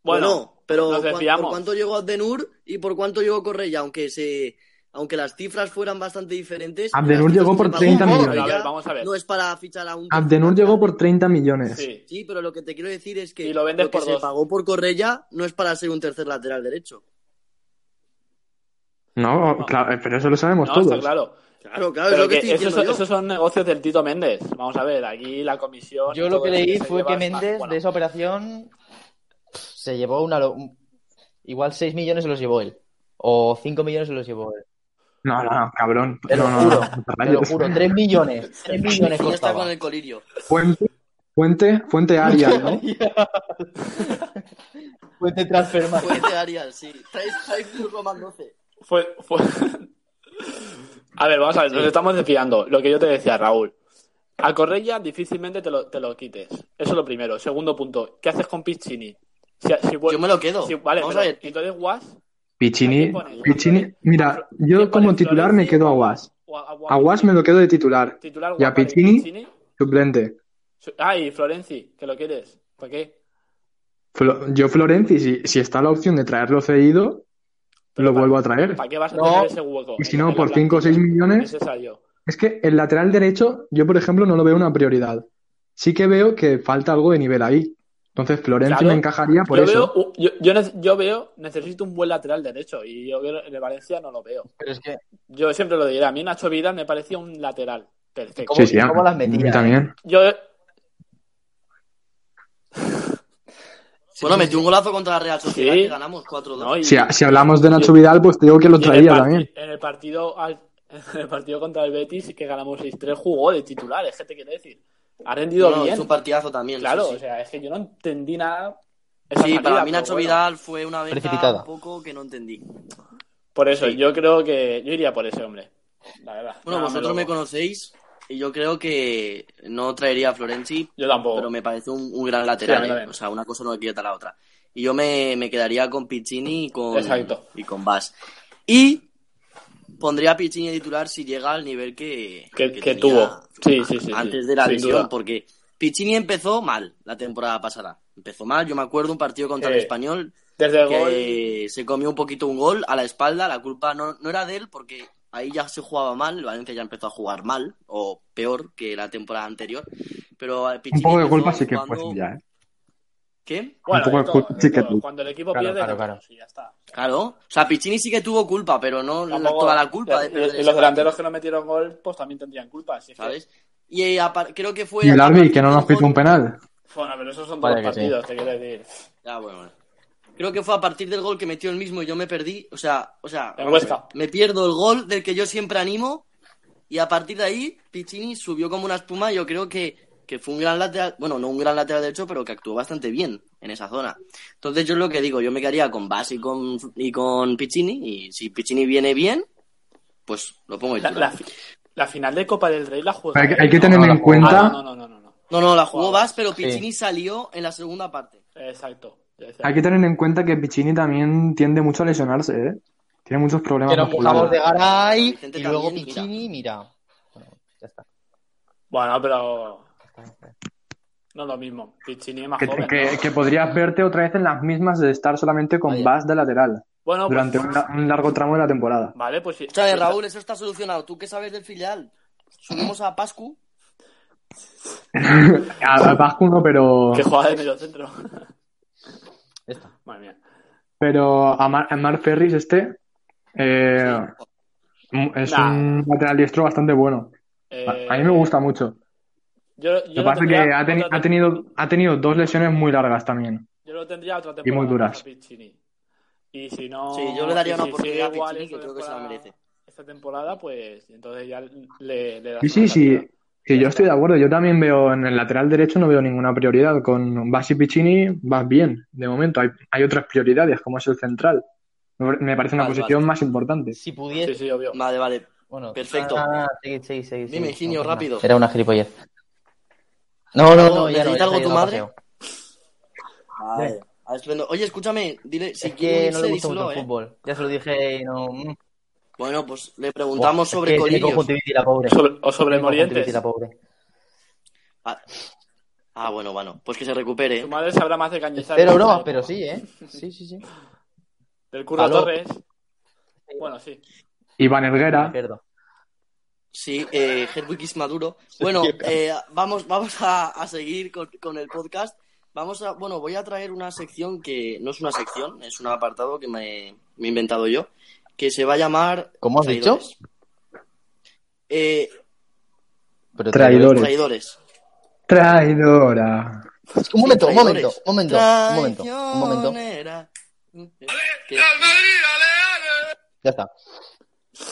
[SPEAKER 3] Bueno,
[SPEAKER 1] no, pero
[SPEAKER 3] nos
[SPEAKER 1] cuan-
[SPEAKER 3] desviamos.
[SPEAKER 1] por cuánto llegó Abdenur y por cuánto llegó Correia, aunque se aunque las cifras fueran bastante diferentes.
[SPEAKER 2] Abdenur
[SPEAKER 1] las cifras
[SPEAKER 2] llegó por
[SPEAKER 1] que pagó
[SPEAKER 2] 30
[SPEAKER 1] Correia
[SPEAKER 2] millones.
[SPEAKER 3] A ver, vamos a ver.
[SPEAKER 1] No es para fichar a un
[SPEAKER 2] Abdenur llegó por 30 millones.
[SPEAKER 3] sí.
[SPEAKER 1] Sí, pero lo que te quiero decir es que
[SPEAKER 3] Y lo vendes
[SPEAKER 1] que
[SPEAKER 3] por
[SPEAKER 1] se
[SPEAKER 3] dos.
[SPEAKER 1] pagó por Correia no es para ser un tercer lateral derecho.
[SPEAKER 2] No,
[SPEAKER 3] No.
[SPEAKER 2] claro, eh, pero eso lo sabemos
[SPEAKER 3] No,
[SPEAKER 2] todos.
[SPEAKER 3] está claro.
[SPEAKER 1] Claro, claro, es
[SPEAKER 3] Pero
[SPEAKER 1] lo que,
[SPEAKER 3] que
[SPEAKER 1] estoy
[SPEAKER 3] esos,
[SPEAKER 1] diciendo
[SPEAKER 3] son-
[SPEAKER 1] yo.
[SPEAKER 3] esos son negocios del Tito Méndez. Vamos a ver, aquí la comisión.
[SPEAKER 4] Yo
[SPEAKER 3] y
[SPEAKER 4] lo
[SPEAKER 3] todo
[SPEAKER 4] que
[SPEAKER 3] eso
[SPEAKER 4] leí
[SPEAKER 3] se
[SPEAKER 4] fue
[SPEAKER 3] lleva
[SPEAKER 4] que
[SPEAKER 3] es más-
[SPEAKER 4] Méndez
[SPEAKER 3] bueno,
[SPEAKER 4] de esa operación se llevó una. lo- un- Igual 6 millones se los llevó él. O 5 millones se los llevó él.
[SPEAKER 2] No, no, no, cabrón.
[SPEAKER 4] Te lo
[SPEAKER 2] no, no,
[SPEAKER 4] juro,
[SPEAKER 2] no,
[SPEAKER 4] Te lo
[SPEAKER 2] rayos.
[SPEAKER 4] juro, 3
[SPEAKER 1] *laughs*
[SPEAKER 4] millones. 3 millones
[SPEAKER 1] Ya está
[SPEAKER 4] costaba. *laughs*
[SPEAKER 1] con el *laughs* colirio.
[SPEAKER 2] Fuente, fuente, fuente Arias,
[SPEAKER 3] *laughs*
[SPEAKER 2] ¿no?
[SPEAKER 4] Fuente transfer más.
[SPEAKER 1] Fuente Arias, sí. Traes, traes un Roman 12.
[SPEAKER 3] Fue, fue- *laughs* A ver, vamos a ver, nos estamos desviando. Lo que yo te decía, Raúl. A Correia difícilmente te lo, te lo quites. Eso es lo primero. Segundo punto, ¿qué haces con Piccini? Si- si vuel-
[SPEAKER 1] Yo me lo quedo.
[SPEAKER 3] si- vale,
[SPEAKER 1] Vamos
[SPEAKER 3] pero
[SPEAKER 1] a ver.
[SPEAKER 3] entonces Guas. ¿a
[SPEAKER 2] Pichini,
[SPEAKER 3] quién pones?
[SPEAKER 2] Pichini, mira, yo
[SPEAKER 3] ¿quién
[SPEAKER 2] como
[SPEAKER 3] pones,
[SPEAKER 2] titular me
[SPEAKER 3] Florenzi
[SPEAKER 2] quedo a
[SPEAKER 3] o
[SPEAKER 2] Guas.
[SPEAKER 3] o A, o
[SPEAKER 2] A Guas me lo quedo de titular,
[SPEAKER 3] Titular
[SPEAKER 2] y a
[SPEAKER 3] Guapari,
[SPEAKER 2] Piccini. suplente.
[SPEAKER 3] Su- Ah, y Florenzi, que lo quieres. ¿Para qué?
[SPEAKER 2] Flo- yo Florenzi, si, si está la opción de traerlo cedido, lo
[SPEAKER 3] pa-
[SPEAKER 2] vuelvo a traer.
[SPEAKER 3] ¿Para qué vas a
[SPEAKER 4] No.
[SPEAKER 3] tener ese hueco?
[SPEAKER 2] Y si
[SPEAKER 3] en-
[SPEAKER 2] no,
[SPEAKER 3] en
[SPEAKER 2] por
[SPEAKER 3] la
[SPEAKER 2] 5 o 6
[SPEAKER 3] plantilla?
[SPEAKER 2] millones,
[SPEAKER 3] Necesario.
[SPEAKER 2] Es que el lateral derecho, yo por ejemplo, no lo veo una prioridad. Sí que veo que falta algo de nivel ahí. Entonces, Florenzi
[SPEAKER 3] Claro.
[SPEAKER 2] me encajaría por
[SPEAKER 3] yo,
[SPEAKER 2] eso.
[SPEAKER 3] Veo, u- yo, yo ne- yo veo, necesito un buen lateral derecho. Y yo creo- en el Valencia no lo veo.
[SPEAKER 4] Pero es que,
[SPEAKER 3] Yo siempre lo diré. A mí Nacho Vidal me parecía un lateral. Perfecto.
[SPEAKER 4] ¿Cómo-
[SPEAKER 2] Sí, sí, a-
[SPEAKER 4] cómo las
[SPEAKER 2] a
[SPEAKER 4] metía,
[SPEAKER 2] mí
[SPEAKER 4] eh?
[SPEAKER 2] también.
[SPEAKER 3] Yo,
[SPEAKER 1] Bueno, metió un golazo contra la Real Sociedad
[SPEAKER 3] Sí.
[SPEAKER 1] y ganamos 4-2.
[SPEAKER 3] no, y-
[SPEAKER 2] Si, a-
[SPEAKER 3] y
[SPEAKER 2] si hablamos de Nacho
[SPEAKER 3] y-
[SPEAKER 2] Vidal, pues te digo que lo
[SPEAKER 3] en
[SPEAKER 2] traía
[SPEAKER 3] el parti-
[SPEAKER 2] también.
[SPEAKER 3] En el partido, al- *laughs* en el partido contra el Betis, que ganamos 6-3, jugó de titular. Es que te quiero decir. Ha rendido
[SPEAKER 1] No, no,
[SPEAKER 3] bien.
[SPEAKER 1] hizo un partidazo también.
[SPEAKER 3] Claro,
[SPEAKER 1] sí, sí.
[SPEAKER 3] o sea, es que yo no entendí nada. esa
[SPEAKER 1] Sí,
[SPEAKER 3] salida,
[SPEAKER 1] para mí
[SPEAKER 3] pero
[SPEAKER 1] Nacho
[SPEAKER 3] bueno.
[SPEAKER 1] Vidal fue una vez
[SPEAKER 4] Precipitada.
[SPEAKER 1] un poco que no entendí. Bueno,
[SPEAKER 3] Por eso, yo creo que yo iría por ese hombre. La verdad. Nada,
[SPEAKER 1] vosotros
[SPEAKER 3] loco.
[SPEAKER 1] me conocéis, Y yo creo que no traería a Florenzi,
[SPEAKER 3] Yo tampoco.
[SPEAKER 1] pero me parece un, un gran
[SPEAKER 3] Sí, a
[SPEAKER 1] lateral.
[SPEAKER 3] mí
[SPEAKER 1] ¿eh?
[SPEAKER 3] también.
[SPEAKER 1] O sea, una cosa no le quita la otra. Y yo me, me quedaría con Piccini y con,
[SPEAKER 3] Exacto.
[SPEAKER 1] y con Bas. Y pondría a Piccini de titular si llega al nivel que,
[SPEAKER 3] Que- que
[SPEAKER 1] tenía
[SPEAKER 3] tuvo. Sí, sí, sí, sí.
[SPEAKER 1] Antes de la
[SPEAKER 3] Sin
[SPEAKER 1] lesión,
[SPEAKER 3] duda.
[SPEAKER 1] porque Piccini empezó mal la temporada pasada. Empezó mal. Yo me acuerdo un partido contra el
[SPEAKER 3] Eh,
[SPEAKER 1] Español
[SPEAKER 3] Desde el gol.
[SPEAKER 1] que se comió un poquito un gol a la espalda, la culpa no, no era de él porque ahí ya se jugaba mal, el Valencia ya empezó a jugar mal o peor que la temporada anterior, pero eh,
[SPEAKER 2] Un
[SPEAKER 1] Pichichi
[SPEAKER 2] poco de
[SPEAKER 1] empezó
[SPEAKER 2] culpa sí que fue
[SPEAKER 1] jugando-
[SPEAKER 2] ya, ¿eh?
[SPEAKER 1] ¿Qué?
[SPEAKER 3] Bueno,
[SPEAKER 2] poco de
[SPEAKER 3] de todo,
[SPEAKER 2] culpa
[SPEAKER 3] de
[SPEAKER 2] sí que
[SPEAKER 3] todo.
[SPEAKER 2] tuvo.
[SPEAKER 3] Cuando el equipo
[SPEAKER 4] Claro,
[SPEAKER 3] pierde,
[SPEAKER 4] claro,
[SPEAKER 3] te
[SPEAKER 4] claro.
[SPEAKER 3] pones y ya está.
[SPEAKER 1] Claro, o sea, Pichini sí que tuvo culpa, pero no la-
[SPEAKER 3] Tampoco-
[SPEAKER 1] toda la culpa de
[SPEAKER 3] y-
[SPEAKER 1] perder
[SPEAKER 3] y,
[SPEAKER 1] ese
[SPEAKER 3] los delanteros
[SPEAKER 1] partido,
[SPEAKER 3] que no metieron gol, pues también tendrían culpa. así que-
[SPEAKER 1] ¿sabes? Y eh, apar- creo que fue
[SPEAKER 2] Y el
[SPEAKER 1] a
[SPEAKER 2] Arby,
[SPEAKER 1] partir
[SPEAKER 2] que no
[SPEAKER 1] del
[SPEAKER 2] nos pitó
[SPEAKER 1] gol-
[SPEAKER 2] un penal.
[SPEAKER 3] Bueno, pero esos son todos
[SPEAKER 4] Vale
[SPEAKER 3] los
[SPEAKER 4] que sí.
[SPEAKER 3] partidos, te quiero decir.
[SPEAKER 1] Ya, Ah, bueno, bueno. Creo que fue a partir del gol que metió el mismo y yo me perdí. O sea, o sea,
[SPEAKER 3] En Huesca.
[SPEAKER 1] me pierdo el gol del que yo siempre animo. Y a partir de ahí, Piccini subió como una espuma. Yo creo que, que fue un gran lateral, bueno, no un gran lateral de hecho, pero que actuó bastante bien en esa zona. Entonces, yo es lo que digo, yo me quedaría con Bas y con, y con Piccini. Y si Piccini viene bien, pues lo pongo
[SPEAKER 3] La,
[SPEAKER 1] yo.
[SPEAKER 3] la fi- la final de Copa del Rey la juega.
[SPEAKER 2] Hay, que-
[SPEAKER 3] él,
[SPEAKER 2] hay que
[SPEAKER 3] ¿no?
[SPEAKER 2] tener
[SPEAKER 4] no,
[SPEAKER 2] en
[SPEAKER 4] no,
[SPEAKER 2] cuenta,
[SPEAKER 3] Ah, no, no, no, no, no.
[SPEAKER 1] No, no, la jugó
[SPEAKER 3] Juega.
[SPEAKER 1] Bas, pero
[SPEAKER 4] Sí.
[SPEAKER 1] Piccini salió en la segunda parte.
[SPEAKER 3] Exacto. Ya decía.
[SPEAKER 2] hay que tener en cuenta que Piccini también tiende mucho a lesionarse, ¿eh? Tiene muchos problemas
[SPEAKER 4] Que nos mojamos de
[SPEAKER 2] musculares.
[SPEAKER 4] Garay
[SPEAKER 1] Vicente
[SPEAKER 4] y luego
[SPEAKER 1] también,
[SPEAKER 4] Piccini, mira. Bueno, ya está.
[SPEAKER 3] Bueno, pero no es lo mismo. Piccini es más
[SPEAKER 2] Que,
[SPEAKER 3] joven.
[SPEAKER 2] que-
[SPEAKER 3] ¿no?
[SPEAKER 2] que podrías verte otra vez en las mismas de estar solamente con
[SPEAKER 4] Vaya.
[SPEAKER 2] Bass de lateral
[SPEAKER 3] Bueno, pues-
[SPEAKER 2] durante una- un largo tramo de la temporada.
[SPEAKER 3] Vale, pues sí.
[SPEAKER 1] Escúchame, Raúl, eso está solucionado. ¿Tú qué sabes del filial? Subimos a Pascu.
[SPEAKER 2] A, a Vasco no, pero,
[SPEAKER 3] Que juega de medio centro.
[SPEAKER 4] Ya está.
[SPEAKER 3] Madre mía.
[SPEAKER 2] pero a, Mar, a Mark Ferris este eh, mm, es
[SPEAKER 3] Nah.
[SPEAKER 2] un lateral diestro bastante bueno. A,
[SPEAKER 3] Eh,
[SPEAKER 2] a mí me gusta mucho.
[SPEAKER 3] Yo, yo
[SPEAKER 2] Lo que
[SPEAKER 3] lo
[SPEAKER 2] pasa es que
[SPEAKER 3] tendría
[SPEAKER 2] ha, teni-
[SPEAKER 3] otra
[SPEAKER 2] ha tenido, ha tenido dos lesiones muy largas también.
[SPEAKER 3] Yo lo tendría otra
[SPEAKER 2] Y
[SPEAKER 3] temporada.
[SPEAKER 2] muy duras.
[SPEAKER 3] más a Piccini. Y si no.
[SPEAKER 1] Sí, yo le daría
[SPEAKER 3] y
[SPEAKER 1] una
[SPEAKER 3] si
[SPEAKER 1] oportunidad
[SPEAKER 3] sigue
[SPEAKER 1] a
[SPEAKER 3] igual
[SPEAKER 1] Piccini,
[SPEAKER 3] esta
[SPEAKER 1] que creo que se la
[SPEAKER 3] temporada-
[SPEAKER 1] merece.
[SPEAKER 3] Esta temporada, pues entonces ya le, le das
[SPEAKER 2] Sí, sí,
[SPEAKER 3] una
[SPEAKER 2] sí.
[SPEAKER 3] salida.
[SPEAKER 2] Sí, yo estoy de acuerdo. Yo también veo en el lateral derecho, no veo ninguna prioridad. Con Basi Piccini vas bien, de momento. Hay, hay otras prioridades, como es el central. Me me parece una
[SPEAKER 1] Vale,
[SPEAKER 2] posición
[SPEAKER 1] vale.
[SPEAKER 2] más importante.
[SPEAKER 4] Si
[SPEAKER 3] Sí,
[SPEAKER 4] pudiese.
[SPEAKER 3] sí, obvio.
[SPEAKER 1] Vale, vale.
[SPEAKER 4] Bueno, Ah,
[SPEAKER 1] Perfecto.
[SPEAKER 4] nada, nada, seguid, seguid, seguid,
[SPEAKER 1] Dime,
[SPEAKER 4] seguid.
[SPEAKER 1] Ginio,
[SPEAKER 4] No, pues
[SPEAKER 1] rápido.
[SPEAKER 4] nada. Era una gilipollez. No, no, no, ya no.
[SPEAKER 1] ¿Necesita
[SPEAKER 4] ya
[SPEAKER 1] algo
[SPEAKER 4] está,
[SPEAKER 1] tu
[SPEAKER 4] ya no
[SPEAKER 1] madre?
[SPEAKER 4] paseo.
[SPEAKER 1] Ay, ah, estupendo. Oye, escúchame, dile si
[SPEAKER 4] Es que
[SPEAKER 1] quiere
[SPEAKER 4] no
[SPEAKER 1] irse,
[SPEAKER 4] le gusta mucho
[SPEAKER 1] díselo,
[SPEAKER 4] el
[SPEAKER 1] ¿eh?
[SPEAKER 4] fútbol. Ya se lo dije y no. mm.
[SPEAKER 1] Bueno, pues le preguntamos
[SPEAKER 4] Buah,
[SPEAKER 1] sobre
[SPEAKER 4] es que tiene
[SPEAKER 1] colillos.
[SPEAKER 4] conjuntivitis la pobre.
[SPEAKER 3] Sobre- o sobre
[SPEAKER 4] Tiene
[SPEAKER 3] Morientes.
[SPEAKER 4] conjuntivitis la pobre.
[SPEAKER 1] Ah, ah, bueno, bueno. Pues que se recupere.
[SPEAKER 3] Tu
[SPEAKER 1] ¿eh?
[SPEAKER 3] madre sabrá más de Cañizares.
[SPEAKER 4] Pero no,
[SPEAKER 3] ¿sabes?
[SPEAKER 4] pero sí, ¿eh? Sí, sí, sí.
[SPEAKER 3] Del Curro
[SPEAKER 4] Aló.
[SPEAKER 3] Torres. Bueno, sí.
[SPEAKER 2] Iván Helguera,
[SPEAKER 4] Izquierdo.
[SPEAKER 1] Sí, eh, Hedwig is
[SPEAKER 4] *laughs*
[SPEAKER 1] Maduro. Bueno, eh, vamos, vamos a, a seguir con, con el podcast. Vamos a, bueno, voy a traer una sección que no es una sección, es un apartado que me, me he inventado yo, que se va a llamar...
[SPEAKER 4] ¿Cómo has dicho?
[SPEAKER 1] Traidores. Eh,
[SPEAKER 4] Pero
[SPEAKER 2] Traidor. Traidores.
[SPEAKER 1] traidores.
[SPEAKER 2] traidora.
[SPEAKER 4] Un momento, un momento,
[SPEAKER 1] Traidores.
[SPEAKER 4] un momento, un momento, un momento.
[SPEAKER 1] Traicionera. Que-
[SPEAKER 4] Ya está.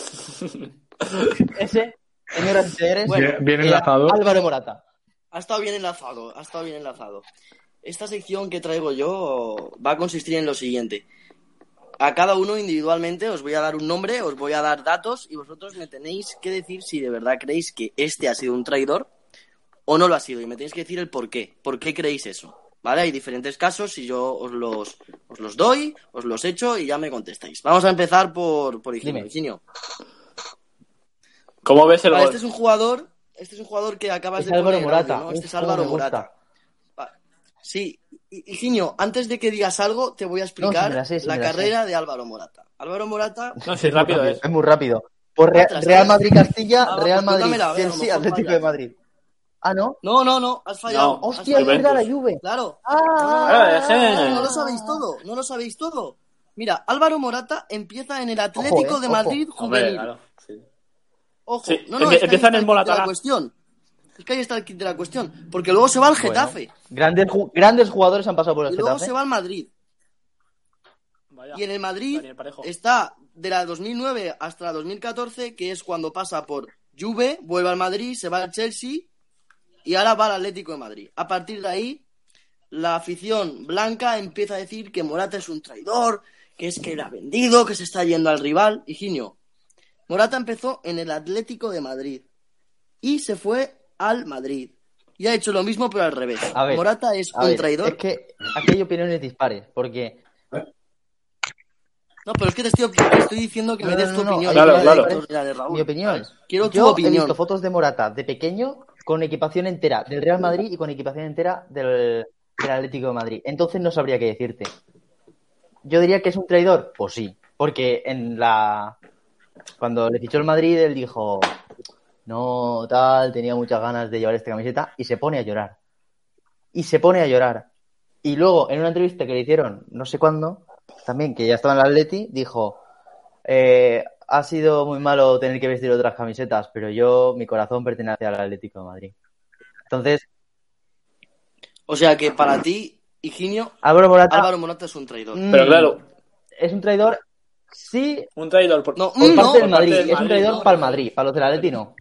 [SPEAKER 4] *laughs* Ese, señoras y señores,
[SPEAKER 1] Bueno,
[SPEAKER 2] Bien- bien
[SPEAKER 4] era
[SPEAKER 2] enlazado.
[SPEAKER 4] Álvaro Morata.
[SPEAKER 1] Ha estado bien enlazado, ha estado bien enlazado. Esta sección que traigo yo va a consistir en lo siguiente. A cada uno individualmente os voy a dar un nombre, os voy a dar datos y vosotros me tenéis que decir si de verdad creéis que este ha sido un traidor o no lo ha sido. Y me tenéis que decir el por qué. ¿Por qué creéis eso? ¿Vale? Hay diferentes casos y yo os los, os los doy, os los echo y ya me contestáis. Vamos a empezar por, por Higinio.
[SPEAKER 4] Dime.
[SPEAKER 1] Higinio.
[SPEAKER 3] ¿Cómo ves el
[SPEAKER 1] Vale,
[SPEAKER 3] gol?
[SPEAKER 1] este es un jugador, este es un jugador que acabas
[SPEAKER 4] Es
[SPEAKER 1] de
[SPEAKER 4] Álvaro
[SPEAKER 1] poner
[SPEAKER 4] Morata.
[SPEAKER 1] audio, ¿no? Este
[SPEAKER 4] Uf,
[SPEAKER 1] es Álvaro
[SPEAKER 4] cómo me gusta.
[SPEAKER 1] Morata. Va- Sí, y- Higinio, antes de que digas algo, te voy a
[SPEAKER 4] No, sí
[SPEAKER 1] explicar
[SPEAKER 4] me la sé, sí
[SPEAKER 1] la
[SPEAKER 4] me la sé.
[SPEAKER 1] carrera de Álvaro Morata. Álvaro Morata,
[SPEAKER 3] No, sí, rápido eh. es.
[SPEAKER 1] eh.
[SPEAKER 4] Es muy rápido. Por Re-
[SPEAKER 1] Ostras,
[SPEAKER 4] Real
[SPEAKER 1] tío.
[SPEAKER 4] Madrid Castilla,
[SPEAKER 1] eh. Ah,
[SPEAKER 4] Real
[SPEAKER 1] pues
[SPEAKER 4] Madrid,
[SPEAKER 1] cuéntamela, a ver, a lo
[SPEAKER 4] Chelsea,
[SPEAKER 1] mejor
[SPEAKER 4] Atlético
[SPEAKER 1] falla.
[SPEAKER 4] de Madrid. Ah, ¿no?
[SPEAKER 1] no, no, no, has fallado.
[SPEAKER 3] No.
[SPEAKER 1] has
[SPEAKER 4] Hostia, es
[SPEAKER 1] fallado.
[SPEAKER 4] verdad la Juve.
[SPEAKER 1] Claro,
[SPEAKER 3] Ahora
[SPEAKER 4] Ah,
[SPEAKER 3] dejen.
[SPEAKER 1] no lo sabéis todo, no lo sabéis todo. Mira, Álvaro Morata empieza en el Atlético
[SPEAKER 4] Ojo, eh,
[SPEAKER 1] de
[SPEAKER 4] ojo.
[SPEAKER 1] Madrid
[SPEAKER 3] Hombre,
[SPEAKER 1] juvenil.
[SPEAKER 3] claro. sí.
[SPEAKER 1] Ojo,
[SPEAKER 3] Sí,
[SPEAKER 1] no, no,
[SPEAKER 3] empie-
[SPEAKER 1] es que ahí
[SPEAKER 3] empiezan
[SPEAKER 1] está
[SPEAKER 3] en
[SPEAKER 1] el kit de
[SPEAKER 3] Moratala.
[SPEAKER 1] la cuestión. Es que ahí está el kit de la cuestión, porque luego se va al
[SPEAKER 4] Bueno,
[SPEAKER 1] Getafe
[SPEAKER 4] grandes, ju- grandes jugadores han pasado por el
[SPEAKER 1] y luego
[SPEAKER 4] Getafe.
[SPEAKER 1] se va al Madrid.
[SPEAKER 3] Vaya.
[SPEAKER 1] Y en el Madrid
[SPEAKER 3] Daniel Parejo.
[SPEAKER 1] está de la 2009 hasta la 2014, que es cuando pasa por Juve, vuelve al Madrid, se va al Chelsea y ahora va al Atlético de Madrid. A partir de ahí, la afición blanca empieza a decir que Morata es un traidor, que es que le ha vendido, que se está yendo al rival. Higinio, Morata empezó en el Atlético de Madrid. y se fue al Madrid. Y ha hecho lo mismo, pero al revés.
[SPEAKER 4] A ver,
[SPEAKER 1] Morata es
[SPEAKER 4] A
[SPEAKER 1] un
[SPEAKER 4] ver,
[SPEAKER 1] traidor.
[SPEAKER 4] Es que aquí hay opiniones dispares, porque
[SPEAKER 1] No, pero es que te estoy, te estoy diciendo que
[SPEAKER 4] No,
[SPEAKER 1] me des
[SPEAKER 4] no,
[SPEAKER 1] tu
[SPEAKER 4] no,
[SPEAKER 1] opinión.
[SPEAKER 3] claro,
[SPEAKER 1] no la
[SPEAKER 3] claro.
[SPEAKER 1] de Héctor ni la de Raúl.
[SPEAKER 4] mi opinión.
[SPEAKER 1] Quiero tu
[SPEAKER 4] yo he
[SPEAKER 1] opinión.
[SPEAKER 4] visto fotos de Morata de pequeño con equipación entera del Real Madrid y con equipación entera del, del Atlético de Madrid. Entonces no sabría qué decirte. Yo diría que es un traidor, pues sí, porque en la cuando le fichó el Madrid él dijo no tal tenía muchas ganas de llevar esta camiseta y se pone a llorar y se pone a llorar y luego en una entrevista que le hicieron no sé cuándo también que ya estaba en el Atleti dijo eh, ha sido muy malo tener que vestir otras camisetas, pero yo, mi corazón pertenece al Atlético de Madrid. Entonces,
[SPEAKER 1] O sea que para ti, Higinio,
[SPEAKER 4] Álvaro Morata
[SPEAKER 1] Álvaro Morata es un traidor.
[SPEAKER 4] mm,
[SPEAKER 3] Pero claro,
[SPEAKER 4] es un traidor, sí,
[SPEAKER 3] un traidor por...
[SPEAKER 1] No,
[SPEAKER 4] por
[SPEAKER 1] mm,
[SPEAKER 4] parte
[SPEAKER 1] no,
[SPEAKER 4] del
[SPEAKER 3] por parte
[SPEAKER 4] Madrid.
[SPEAKER 3] del
[SPEAKER 4] es un
[SPEAKER 3] Madrid,
[SPEAKER 4] traidor
[SPEAKER 3] no.
[SPEAKER 4] para el Madrid, para los del Atlético no.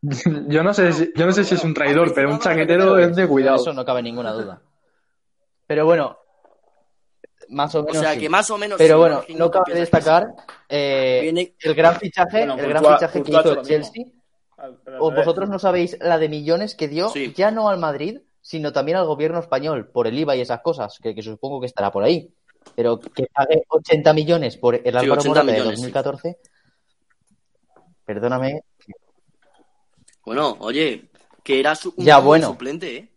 [SPEAKER 2] Yo no sé, si, yo no sé si es un traidor, pero un chaquetero es de
[SPEAKER 4] Eso
[SPEAKER 2] cuidado.
[SPEAKER 4] no cabe ninguna duda. Pero bueno, más o
[SPEAKER 1] O
[SPEAKER 4] menos.
[SPEAKER 1] sea
[SPEAKER 4] sí.
[SPEAKER 1] que más o menos. sí,
[SPEAKER 4] Pero bueno,
[SPEAKER 1] Higinio,
[SPEAKER 4] no
[SPEAKER 1] tú
[SPEAKER 4] cabe
[SPEAKER 1] piensas que sí.
[SPEAKER 4] destacar eh,
[SPEAKER 1] Viene-
[SPEAKER 4] el gran fichaje,
[SPEAKER 3] Bueno,
[SPEAKER 4] el gran
[SPEAKER 3] Courtois-
[SPEAKER 4] fichaje que
[SPEAKER 3] Courtois
[SPEAKER 4] hizo
[SPEAKER 3] hace
[SPEAKER 4] el
[SPEAKER 3] lo mismo.
[SPEAKER 4] Chelsea.
[SPEAKER 3] Al- al
[SPEAKER 4] O
[SPEAKER 3] revés.
[SPEAKER 4] vosotros no sabéis la de millones que dio
[SPEAKER 1] Sí.
[SPEAKER 4] ya no al Madrid, sino también al gobierno español por el IVA y esas cosas, que, que supongo que estará por ahí. Pero que pague 80 millones por el Álvaro
[SPEAKER 1] 80
[SPEAKER 4] Morata de
[SPEAKER 1] millones,
[SPEAKER 4] 2014. Perdóname.
[SPEAKER 1] Bueno, oye, que era su- un
[SPEAKER 4] Ya,
[SPEAKER 1] buen
[SPEAKER 4] bueno.
[SPEAKER 1] suplente, ¿eh?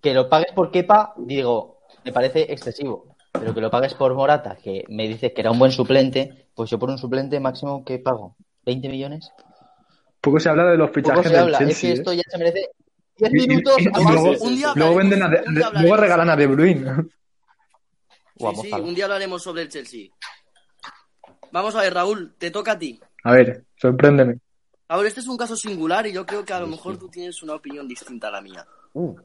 [SPEAKER 4] Que lo pagues por Kepa, digo, me parece excesivo. Pero que lo pagues por Morata, que me dices que era un buen suplente, pues yo por un suplente máximo que pago. ¿20 millones?
[SPEAKER 2] Poco se habla de los
[SPEAKER 4] Poco
[SPEAKER 2] fichajes
[SPEAKER 4] se
[SPEAKER 2] del
[SPEAKER 4] habla. Es
[SPEAKER 2] Chelsea.
[SPEAKER 4] que
[SPEAKER 2] ¿eh?
[SPEAKER 4] esto ya se merece 10
[SPEAKER 2] Y- y-
[SPEAKER 4] minutos.
[SPEAKER 2] y
[SPEAKER 4] o más.
[SPEAKER 2] luego,
[SPEAKER 1] Un día
[SPEAKER 2] luego
[SPEAKER 1] hablaremos,
[SPEAKER 2] venden a De-
[SPEAKER 1] un día
[SPEAKER 2] luego
[SPEAKER 1] hablaremos.
[SPEAKER 2] regalan a De Bruyne.
[SPEAKER 4] O a
[SPEAKER 1] Sí, sí,
[SPEAKER 4] Mozart.
[SPEAKER 1] un día hablaremos sobre el Chelsea. Vamos a ver, Raúl, te toca a ti.
[SPEAKER 2] A ver, sorpréndeme.
[SPEAKER 1] Ahora, este es un caso singular y yo creo que a lo mejor tú tienes una opinión distinta a la mía.
[SPEAKER 4] Uh,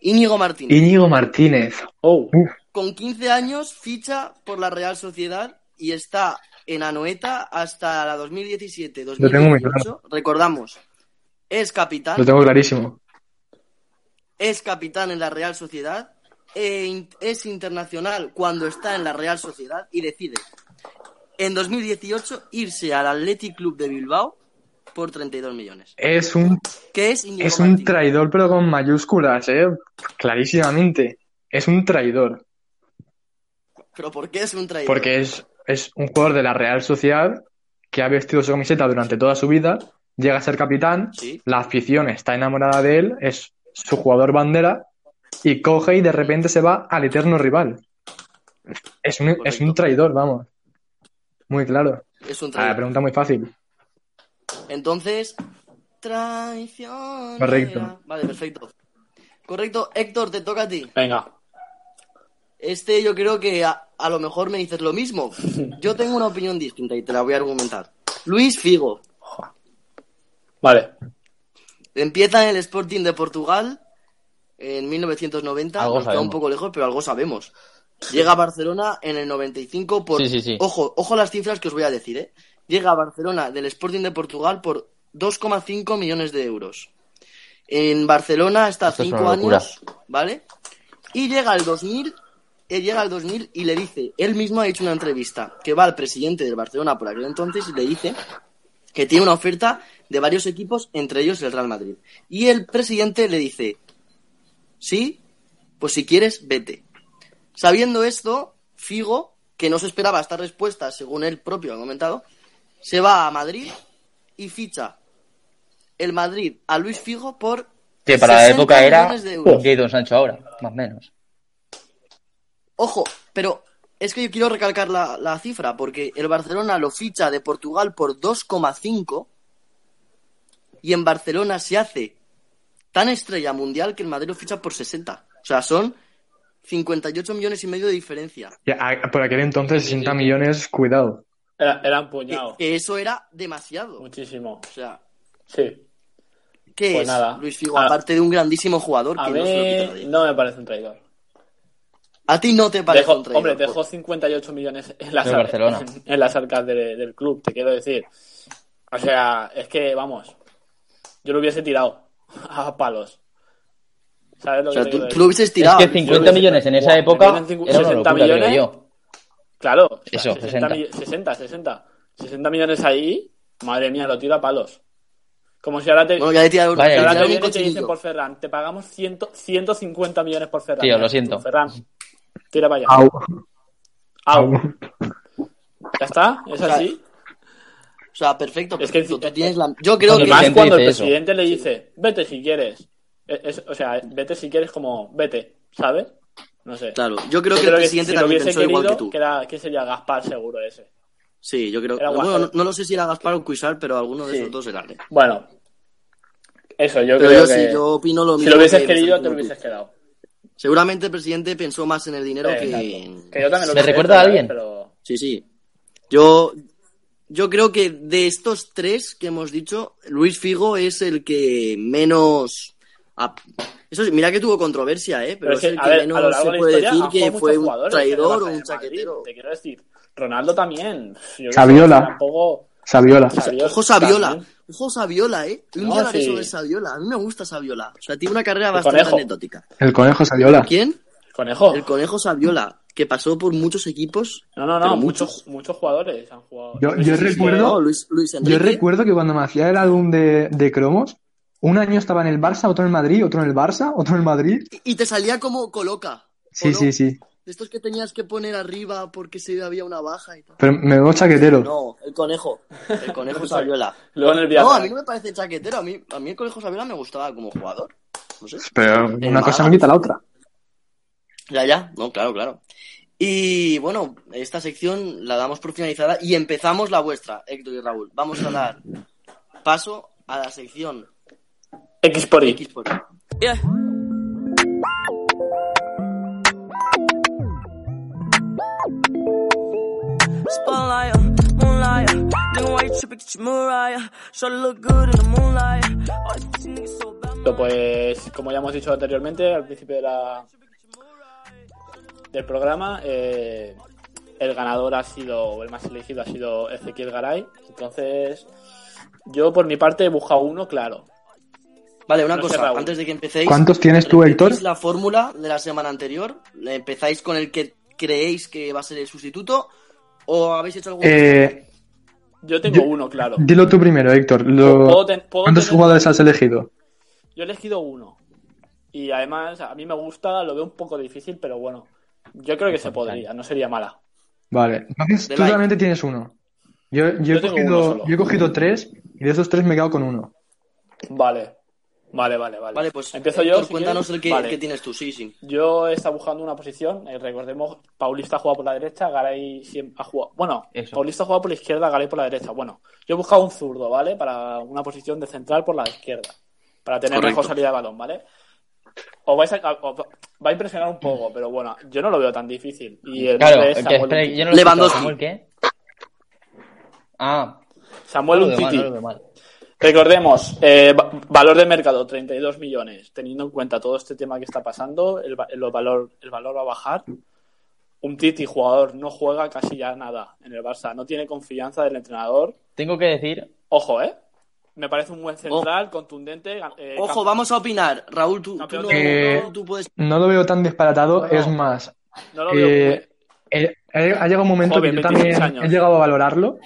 [SPEAKER 1] Íñigo Martínez,
[SPEAKER 2] Íñigo Martínez.
[SPEAKER 3] Oh,
[SPEAKER 1] con 15 años, ficha por la Real Sociedad y está en Anoeta hasta la 2017-2018.
[SPEAKER 2] Lo tengo muy claro.
[SPEAKER 1] Recordamos, es capitán.
[SPEAKER 2] Lo tengo clarísimo.
[SPEAKER 1] es capitán en la Real Sociedad, e in- es internacional cuando está en la Real Sociedad y decide en 2018 irse al Athletic Club de Bilbao por 32 millones.
[SPEAKER 2] Es un,
[SPEAKER 1] Que es Íñigo
[SPEAKER 2] es un
[SPEAKER 1] Martínez.
[SPEAKER 2] traidor, pero con mayúsculas, ¿eh? Clarísimamente. Es un traidor.
[SPEAKER 1] ¿Pero por qué es un traidor?
[SPEAKER 2] Porque es, es un jugador de la Real Sociedad que ha vestido su camiseta durante toda su vida, llega a ser capitán,
[SPEAKER 1] Sí.
[SPEAKER 2] la afición está enamorada de él, es su jugador bandera, y coge y de repente se va al eterno rival. Es un, es un
[SPEAKER 1] Correcto.
[SPEAKER 2] traidor, vamos. Muy claro.
[SPEAKER 1] Es un
[SPEAKER 2] Ah,
[SPEAKER 1] traidor.
[SPEAKER 2] pregunta muy fácil.
[SPEAKER 1] Entonces, traición.
[SPEAKER 2] Correcto.
[SPEAKER 1] Vale, perfecto. Correcto, Héctor, te toca a ti.
[SPEAKER 3] venga.
[SPEAKER 1] Este yo creo que a, a lo mejor me dices lo mismo. Yo tengo una opinión distinta y te la voy a argumentar. Luis Figo,
[SPEAKER 3] Vale.
[SPEAKER 1] Empieza en el Sporting de Portugal en 1990.
[SPEAKER 4] Algo
[SPEAKER 1] nos queda un
[SPEAKER 4] sabemos.
[SPEAKER 1] poco lejos, pero algo sabemos. Llega a Barcelona en el 95 por...
[SPEAKER 4] Sí, sí, sí.
[SPEAKER 1] Ojo, ojo a las cifras que os voy a decir, ¿eh? Llega a Barcelona del Sporting de Portugal por 2,5 millones de euros. En Barcelona está
[SPEAKER 4] Esto es
[SPEAKER 1] 5
[SPEAKER 4] una locura.
[SPEAKER 1] años, ¿vale? Y llega al 2000, él llega al 2000 y le dice, él mismo ha hecho una entrevista, que va al presidente del Barcelona por aquel entonces y le dice que tiene una oferta de varios equipos, entre ellos el Real Madrid. Y el presidente le dice, sí, pues si quieres, vete. Sabiendo esto, Figo, que no se esperaba esta respuesta, según él propio ha comentado, se va a Madrid y ficha el Madrid a Luis Figo por...
[SPEAKER 4] Que para la
[SPEAKER 1] 60
[SPEAKER 4] época era
[SPEAKER 1] millones de euros.
[SPEAKER 4] un Jadon Sancho ahora, más o menos.
[SPEAKER 1] Ojo, pero es que yo quiero recalcar la, la cifra, porque el Barcelona lo ficha de Portugal por 2,5 y en Barcelona se hace tan estrella mundial que el Madrid lo ficha por 60. O sea, son 58 millones y medio de diferencia.
[SPEAKER 2] Ya, a- Por aquel entonces, 60 millones, cuidado.
[SPEAKER 3] Era, era un
[SPEAKER 1] Que,
[SPEAKER 3] puñado.
[SPEAKER 1] que Eh, eso era demasiado. O
[SPEAKER 3] Muchísimo.
[SPEAKER 1] sea,
[SPEAKER 3] Sí.
[SPEAKER 1] ¿qué
[SPEAKER 3] Pues
[SPEAKER 1] es
[SPEAKER 3] nada.
[SPEAKER 1] Luis Figo?
[SPEAKER 3] A-
[SPEAKER 1] Aparte de un grandísimo jugador
[SPEAKER 3] A
[SPEAKER 1] que no se lo quita
[SPEAKER 3] mí
[SPEAKER 1] nadie.
[SPEAKER 3] no me parece un traidor.
[SPEAKER 1] A ti no te parece
[SPEAKER 3] Dejo-
[SPEAKER 1] un traidor, pues.
[SPEAKER 3] hombre,
[SPEAKER 1] por-
[SPEAKER 3] dejó 58 millones en las,
[SPEAKER 4] De Barcelona.
[SPEAKER 3] En, las arcas de- del club, te quiero decir. O sea, es que, vamos, yo lo hubiese tirado *laughs* a palos. ¿Sabes lo
[SPEAKER 1] O sea,
[SPEAKER 3] que te
[SPEAKER 1] tú,
[SPEAKER 3] quiero
[SPEAKER 1] tú lo
[SPEAKER 3] decir?
[SPEAKER 1] hubieses tirado.
[SPEAKER 4] es que 50 millones en esa
[SPEAKER 3] Buah,
[SPEAKER 4] época
[SPEAKER 3] me meten
[SPEAKER 4] era una
[SPEAKER 3] 60
[SPEAKER 4] locura, creo
[SPEAKER 3] millones.
[SPEAKER 4] yo.
[SPEAKER 3] Claro, o sea,
[SPEAKER 4] Eso,
[SPEAKER 3] 60,
[SPEAKER 4] 60.
[SPEAKER 3] mi- 60, 60. 60 millones ahí, madre mía, lo tiro a palos. Como si ahora te,
[SPEAKER 1] Bueno, ya he tirado ya
[SPEAKER 4] Vale,
[SPEAKER 1] he
[SPEAKER 3] si ahora
[SPEAKER 4] ya
[SPEAKER 1] tirado
[SPEAKER 3] te
[SPEAKER 1] un
[SPEAKER 3] vienen y te dicen
[SPEAKER 1] cochinillo.
[SPEAKER 3] por Ferran, te pagamos 100 150 millones por Ferran.
[SPEAKER 4] Tío, lo
[SPEAKER 3] Mira,
[SPEAKER 4] siento.
[SPEAKER 3] tú, Ferran, tira para allá.
[SPEAKER 2] Au,
[SPEAKER 3] Au.
[SPEAKER 2] au.
[SPEAKER 3] ¿Ya está? ¿Es
[SPEAKER 1] sea,
[SPEAKER 3] así?
[SPEAKER 1] O sea, perfecto.
[SPEAKER 3] Es que-
[SPEAKER 1] tú- tú tienes la- Yo creo
[SPEAKER 3] Y
[SPEAKER 4] Lo
[SPEAKER 1] que...
[SPEAKER 4] demás-
[SPEAKER 3] más
[SPEAKER 4] gente
[SPEAKER 3] cuando el
[SPEAKER 4] dice eso.
[SPEAKER 3] presidente le dice, vete si quieres. Es- es- o sea, vete si quieres como, vete, ¿sabes? No sé.
[SPEAKER 1] Claro, yo creo
[SPEAKER 3] Yo
[SPEAKER 1] que el presidente
[SPEAKER 3] si lo
[SPEAKER 1] también
[SPEAKER 3] hubiese
[SPEAKER 1] pensó igual que
[SPEAKER 3] querido,
[SPEAKER 1] tú.
[SPEAKER 3] que era- que sería Gaspar seguro ese?
[SPEAKER 1] Sí, yo creo.
[SPEAKER 3] Era
[SPEAKER 1] Bueno,
[SPEAKER 3] guapo.
[SPEAKER 1] no, no lo sé si era Gaspar o Cuisar, pero alguno de
[SPEAKER 3] Sí.
[SPEAKER 1] esos dos era. ¿eh?
[SPEAKER 3] Bueno, eso, yo
[SPEAKER 1] Pero
[SPEAKER 3] creo
[SPEAKER 1] yo
[SPEAKER 3] que
[SPEAKER 1] sí, yo opino lo
[SPEAKER 3] si
[SPEAKER 1] mismo.
[SPEAKER 3] lo hubieses
[SPEAKER 1] que
[SPEAKER 3] querido,
[SPEAKER 1] Vicente
[SPEAKER 3] te lo
[SPEAKER 1] Luque.
[SPEAKER 3] hubieses quedado.
[SPEAKER 1] Seguramente el presidente pensó más en el dinero
[SPEAKER 3] Eh,
[SPEAKER 1] que...
[SPEAKER 3] exacto. Que yo también lo
[SPEAKER 4] ¿Me
[SPEAKER 3] hubiese
[SPEAKER 4] recuerda a
[SPEAKER 3] hecho,
[SPEAKER 4] alguien?
[SPEAKER 3] ¿eh? Pero...
[SPEAKER 1] Sí, sí. Yo, yo creo que de estos tres que hemos dicho, Luis Figo es el que menos... ap- Eso sí, mira que tuvo controversia, ¿eh? Pero
[SPEAKER 3] Pero
[SPEAKER 1] es,
[SPEAKER 3] es que,
[SPEAKER 1] el
[SPEAKER 3] a
[SPEAKER 1] que
[SPEAKER 3] ver, a lo
[SPEAKER 1] menos
[SPEAKER 3] largo
[SPEAKER 1] se
[SPEAKER 3] de la
[SPEAKER 1] puede
[SPEAKER 3] historia
[SPEAKER 1] decir
[SPEAKER 3] han
[SPEAKER 1] que
[SPEAKER 3] jugado
[SPEAKER 1] fue
[SPEAKER 3] muchos
[SPEAKER 1] un
[SPEAKER 3] jugadores en el
[SPEAKER 1] traidor o
[SPEAKER 3] Barça de
[SPEAKER 1] un
[SPEAKER 3] Madrid,
[SPEAKER 1] chaquetero.
[SPEAKER 3] Te quiero decir, Ronaldo también. Yo qué sé,
[SPEAKER 2] Saviola.
[SPEAKER 3] Tampoco...
[SPEAKER 2] Saviola.
[SPEAKER 3] Saviola
[SPEAKER 1] Ojo Saviola,
[SPEAKER 3] también.
[SPEAKER 1] ojo Saviola, ¿eh? Un
[SPEAKER 3] No,
[SPEAKER 1] día hablaré
[SPEAKER 3] sí.
[SPEAKER 1] sobre Saviola, a mí me gusta Saviola. O sea, tiene una carrera
[SPEAKER 3] El
[SPEAKER 1] bastante
[SPEAKER 3] conejo.
[SPEAKER 1] anecdótica.
[SPEAKER 2] El conejo Saviola.
[SPEAKER 1] ¿Quién?
[SPEAKER 3] Conejo.
[SPEAKER 1] El conejo Saviola, que pasó por muchos equipos.
[SPEAKER 3] No, no,
[SPEAKER 1] Pero
[SPEAKER 3] no,
[SPEAKER 1] muchos.
[SPEAKER 3] muchos, muchos jugadores han jugado.
[SPEAKER 2] Yo- yo
[SPEAKER 3] No sé si es que-
[SPEAKER 2] recuerdo-
[SPEAKER 1] No, Luis, Luis Enrique.
[SPEAKER 2] Yo recuerdo que cuando me hacía el álbum de, de cromos, un año estaba en el Barça, otro en el Madrid, otro en el Barça, otro en el Madrid.
[SPEAKER 1] Y te salía como coloca.
[SPEAKER 2] Sí,
[SPEAKER 1] ¿o no?
[SPEAKER 2] sí, sí.
[SPEAKER 1] De estos que tenías que poner arriba porque se había una baja y tal.
[SPEAKER 2] Pero me veo chaquetero.
[SPEAKER 1] No, el conejo. El conejo *laughs* Saviola.
[SPEAKER 3] Luego en el
[SPEAKER 1] No, a
[SPEAKER 3] Villarreal.
[SPEAKER 1] mí no me parece chaquetero. A mí, a mí el conejo Saviola me gustaba como jugador. No sé.
[SPEAKER 2] Pero
[SPEAKER 1] El
[SPEAKER 2] una
[SPEAKER 1] Málaga.
[SPEAKER 2] cosa no quita la otra.
[SPEAKER 1] Ya, ya, no, claro, claro. Y bueno, esta sección la damos por finalizada y empezamos la vuestra, Héctor y Raúl. Vamos a dar paso a la sección
[SPEAKER 3] X por Y.
[SPEAKER 1] X por
[SPEAKER 5] Spotlight, moonlight. Nigga, why you tripping? Get your Mariah. Shawty look good in the moonlight. All these pussy niggas so bad,
[SPEAKER 3] Perfecto, pues como ya hemos dicho anteriormente al principio de la- del programa, eh, el ganador ha sido, o el más elegido ha sido Ezequiel Garay. Entonces, yo por mi parte he buscado uno, claro.
[SPEAKER 1] Vale, una
[SPEAKER 3] No sé,
[SPEAKER 1] cosa,
[SPEAKER 3] Raúl.
[SPEAKER 1] antes de que empecéis.
[SPEAKER 2] ¿Cuántos tienes tú, Héctor?
[SPEAKER 1] repetís la fórmula de la semana anterior? ¿Le ¿Empezáis con el que creéis que va a ser el sustituto? ¿O habéis hecho algún.?
[SPEAKER 2] Eh,
[SPEAKER 3] Yo tengo
[SPEAKER 2] Yo-
[SPEAKER 3] uno, claro.
[SPEAKER 2] dilo tú primero, Héctor. Lo-
[SPEAKER 3] Puedo ten- puedo
[SPEAKER 2] ¿Cuántos
[SPEAKER 3] tener-
[SPEAKER 2] jugadores has elegido?
[SPEAKER 3] Yo he elegido uno. Y además, a mí me gusta, lo veo un poco difícil, pero bueno, yo creo que se podría, no sería mala.
[SPEAKER 2] Vale. Entonces,
[SPEAKER 1] De
[SPEAKER 2] tú
[SPEAKER 1] like.
[SPEAKER 2] solamente tienes uno. Yo, yo
[SPEAKER 3] Yo
[SPEAKER 2] he
[SPEAKER 3] tengo uno solo.
[SPEAKER 2] cogido, yo he cogido tres y de esos tres me he quedado con uno.
[SPEAKER 3] Vale, vale, vale. Vale,
[SPEAKER 1] Vale, pues.
[SPEAKER 3] empiezo yo.
[SPEAKER 1] Héctor,
[SPEAKER 3] si
[SPEAKER 1] cuéntanos
[SPEAKER 3] quieres.
[SPEAKER 1] el que,
[SPEAKER 3] Vale.
[SPEAKER 1] el que tienes tú, sí, sí.
[SPEAKER 3] Yo estaba buscando una posición, eh, recordemos, Paulista juega por la derecha, Garay siempre ha jugado. Bueno,
[SPEAKER 4] Eso.
[SPEAKER 3] Paulista juega por la izquierda, Garay por la derecha. Bueno, yo he buscado un zurdo, ¿vale? Para una posición de central por la izquierda, para tener
[SPEAKER 1] Correcto.
[SPEAKER 3] mejor salida de balón, ¿vale? Os vais a, a- os va a impresionar un poco, pero bueno, yo no lo veo tan difícil. Y el
[SPEAKER 4] Claro,
[SPEAKER 3] nombre es
[SPEAKER 4] que
[SPEAKER 3] Samuel,
[SPEAKER 4] espera,
[SPEAKER 3] Umtiti.
[SPEAKER 4] yo no lo he
[SPEAKER 1] Lewandowski.
[SPEAKER 4] escuchado. ¿Samuel qué? Ah,
[SPEAKER 3] Samuel
[SPEAKER 4] no lo veo mal,
[SPEAKER 3] Umtiti.
[SPEAKER 4] no lo veo mal.
[SPEAKER 3] Recordemos, eh, va- valor de mercado 32 millones, teniendo en cuenta todo este tema que está pasando, el, va- el valor, el valor va a bajar. Un Titi jugador no juega casi ya nada en el Barça, no tiene confianza del entrenador.
[SPEAKER 4] Tengo que decir,
[SPEAKER 3] Ojo, ¿eh? Me parece un buen central, contundente. eh,
[SPEAKER 1] Ojo,
[SPEAKER 3] camp-
[SPEAKER 1] vamos a opinar. Raúl, tú, tú,
[SPEAKER 3] Campeón
[SPEAKER 1] no-
[SPEAKER 3] del
[SPEAKER 2] mundo.
[SPEAKER 1] no, tú puedes.
[SPEAKER 2] No lo veo tan disparatado,
[SPEAKER 3] No, no.
[SPEAKER 2] es más.
[SPEAKER 3] No lo veo
[SPEAKER 2] eh,
[SPEAKER 3] muy-
[SPEAKER 2] eh, he- ha llegado un momento
[SPEAKER 3] Joven,
[SPEAKER 2] que yo
[SPEAKER 3] 26
[SPEAKER 2] también
[SPEAKER 3] años.
[SPEAKER 2] he llegado a valorarlo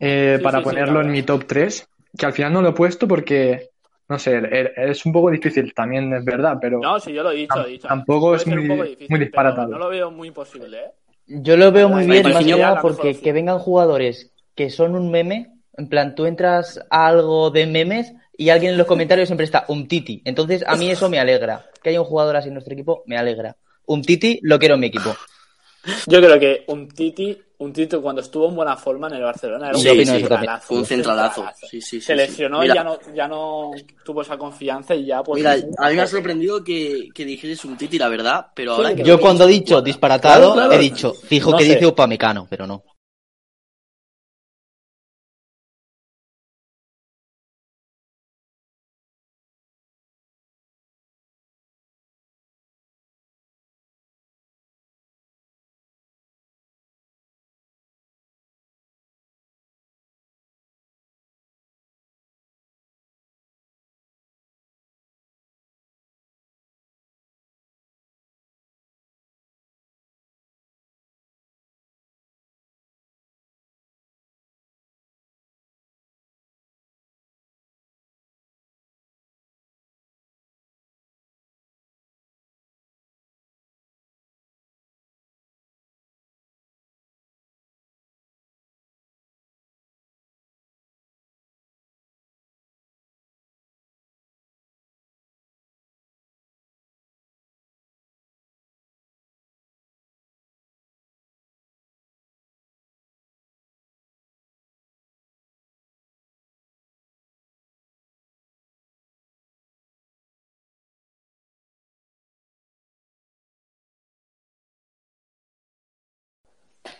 [SPEAKER 2] eh,
[SPEAKER 3] Sí,
[SPEAKER 2] para
[SPEAKER 3] sí, sí,
[SPEAKER 2] ponerlo
[SPEAKER 3] claro.
[SPEAKER 2] en mi top 3, que al final no lo he puesto porque, no sé, er- er- es un poco difícil también, es verdad, pero
[SPEAKER 3] No, sí, yo lo he dicho,
[SPEAKER 2] tam-
[SPEAKER 3] he dicho.
[SPEAKER 2] tampoco
[SPEAKER 3] Puede
[SPEAKER 2] es
[SPEAKER 3] ser un
[SPEAKER 2] muy-
[SPEAKER 3] poco
[SPEAKER 2] muy
[SPEAKER 3] difícil, pero
[SPEAKER 2] disparatado.
[SPEAKER 3] No lo veo muy imposible, ¿eh?
[SPEAKER 4] yo lo veo muy
[SPEAKER 3] Me
[SPEAKER 4] bien, más
[SPEAKER 3] imagino
[SPEAKER 4] que
[SPEAKER 3] la
[SPEAKER 4] nada
[SPEAKER 3] mejor
[SPEAKER 4] porque
[SPEAKER 3] opción.
[SPEAKER 4] que vengan jugadores que son un meme, en plan, tú entras a algo de memes y alguien en los comentarios siempre está un titi. Entonces, a mí eso me alegra. Que haya un jugador así en nuestro equipo, me alegra. Un titi lo quiero en mi equipo.
[SPEAKER 3] Yo creo que un Titi, un Titi cuando estuvo en buena forma en el Barcelona era
[SPEAKER 1] Sí,
[SPEAKER 3] un
[SPEAKER 1] sí,
[SPEAKER 3] centralazo,
[SPEAKER 1] un centralazo. Sí, sí, sí,
[SPEAKER 3] se
[SPEAKER 1] sí.
[SPEAKER 3] lesionó
[SPEAKER 1] Mira.
[SPEAKER 3] y ya no, ya no tuvo esa confianza y ya pues.
[SPEAKER 1] Mira, a mí me ha sorprendido que, que dijeres un Titi, la verdad, pero ahora que.
[SPEAKER 4] Yo cuando he dicho disparatado,
[SPEAKER 3] Claro, claro.
[SPEAKER 4] he dicho, dijo
[SPEAKER 3] No
[SPEAKER 4] que
[SPEAKER 3] sé.
[SPEAKER 4] dice Upamecano, pero no.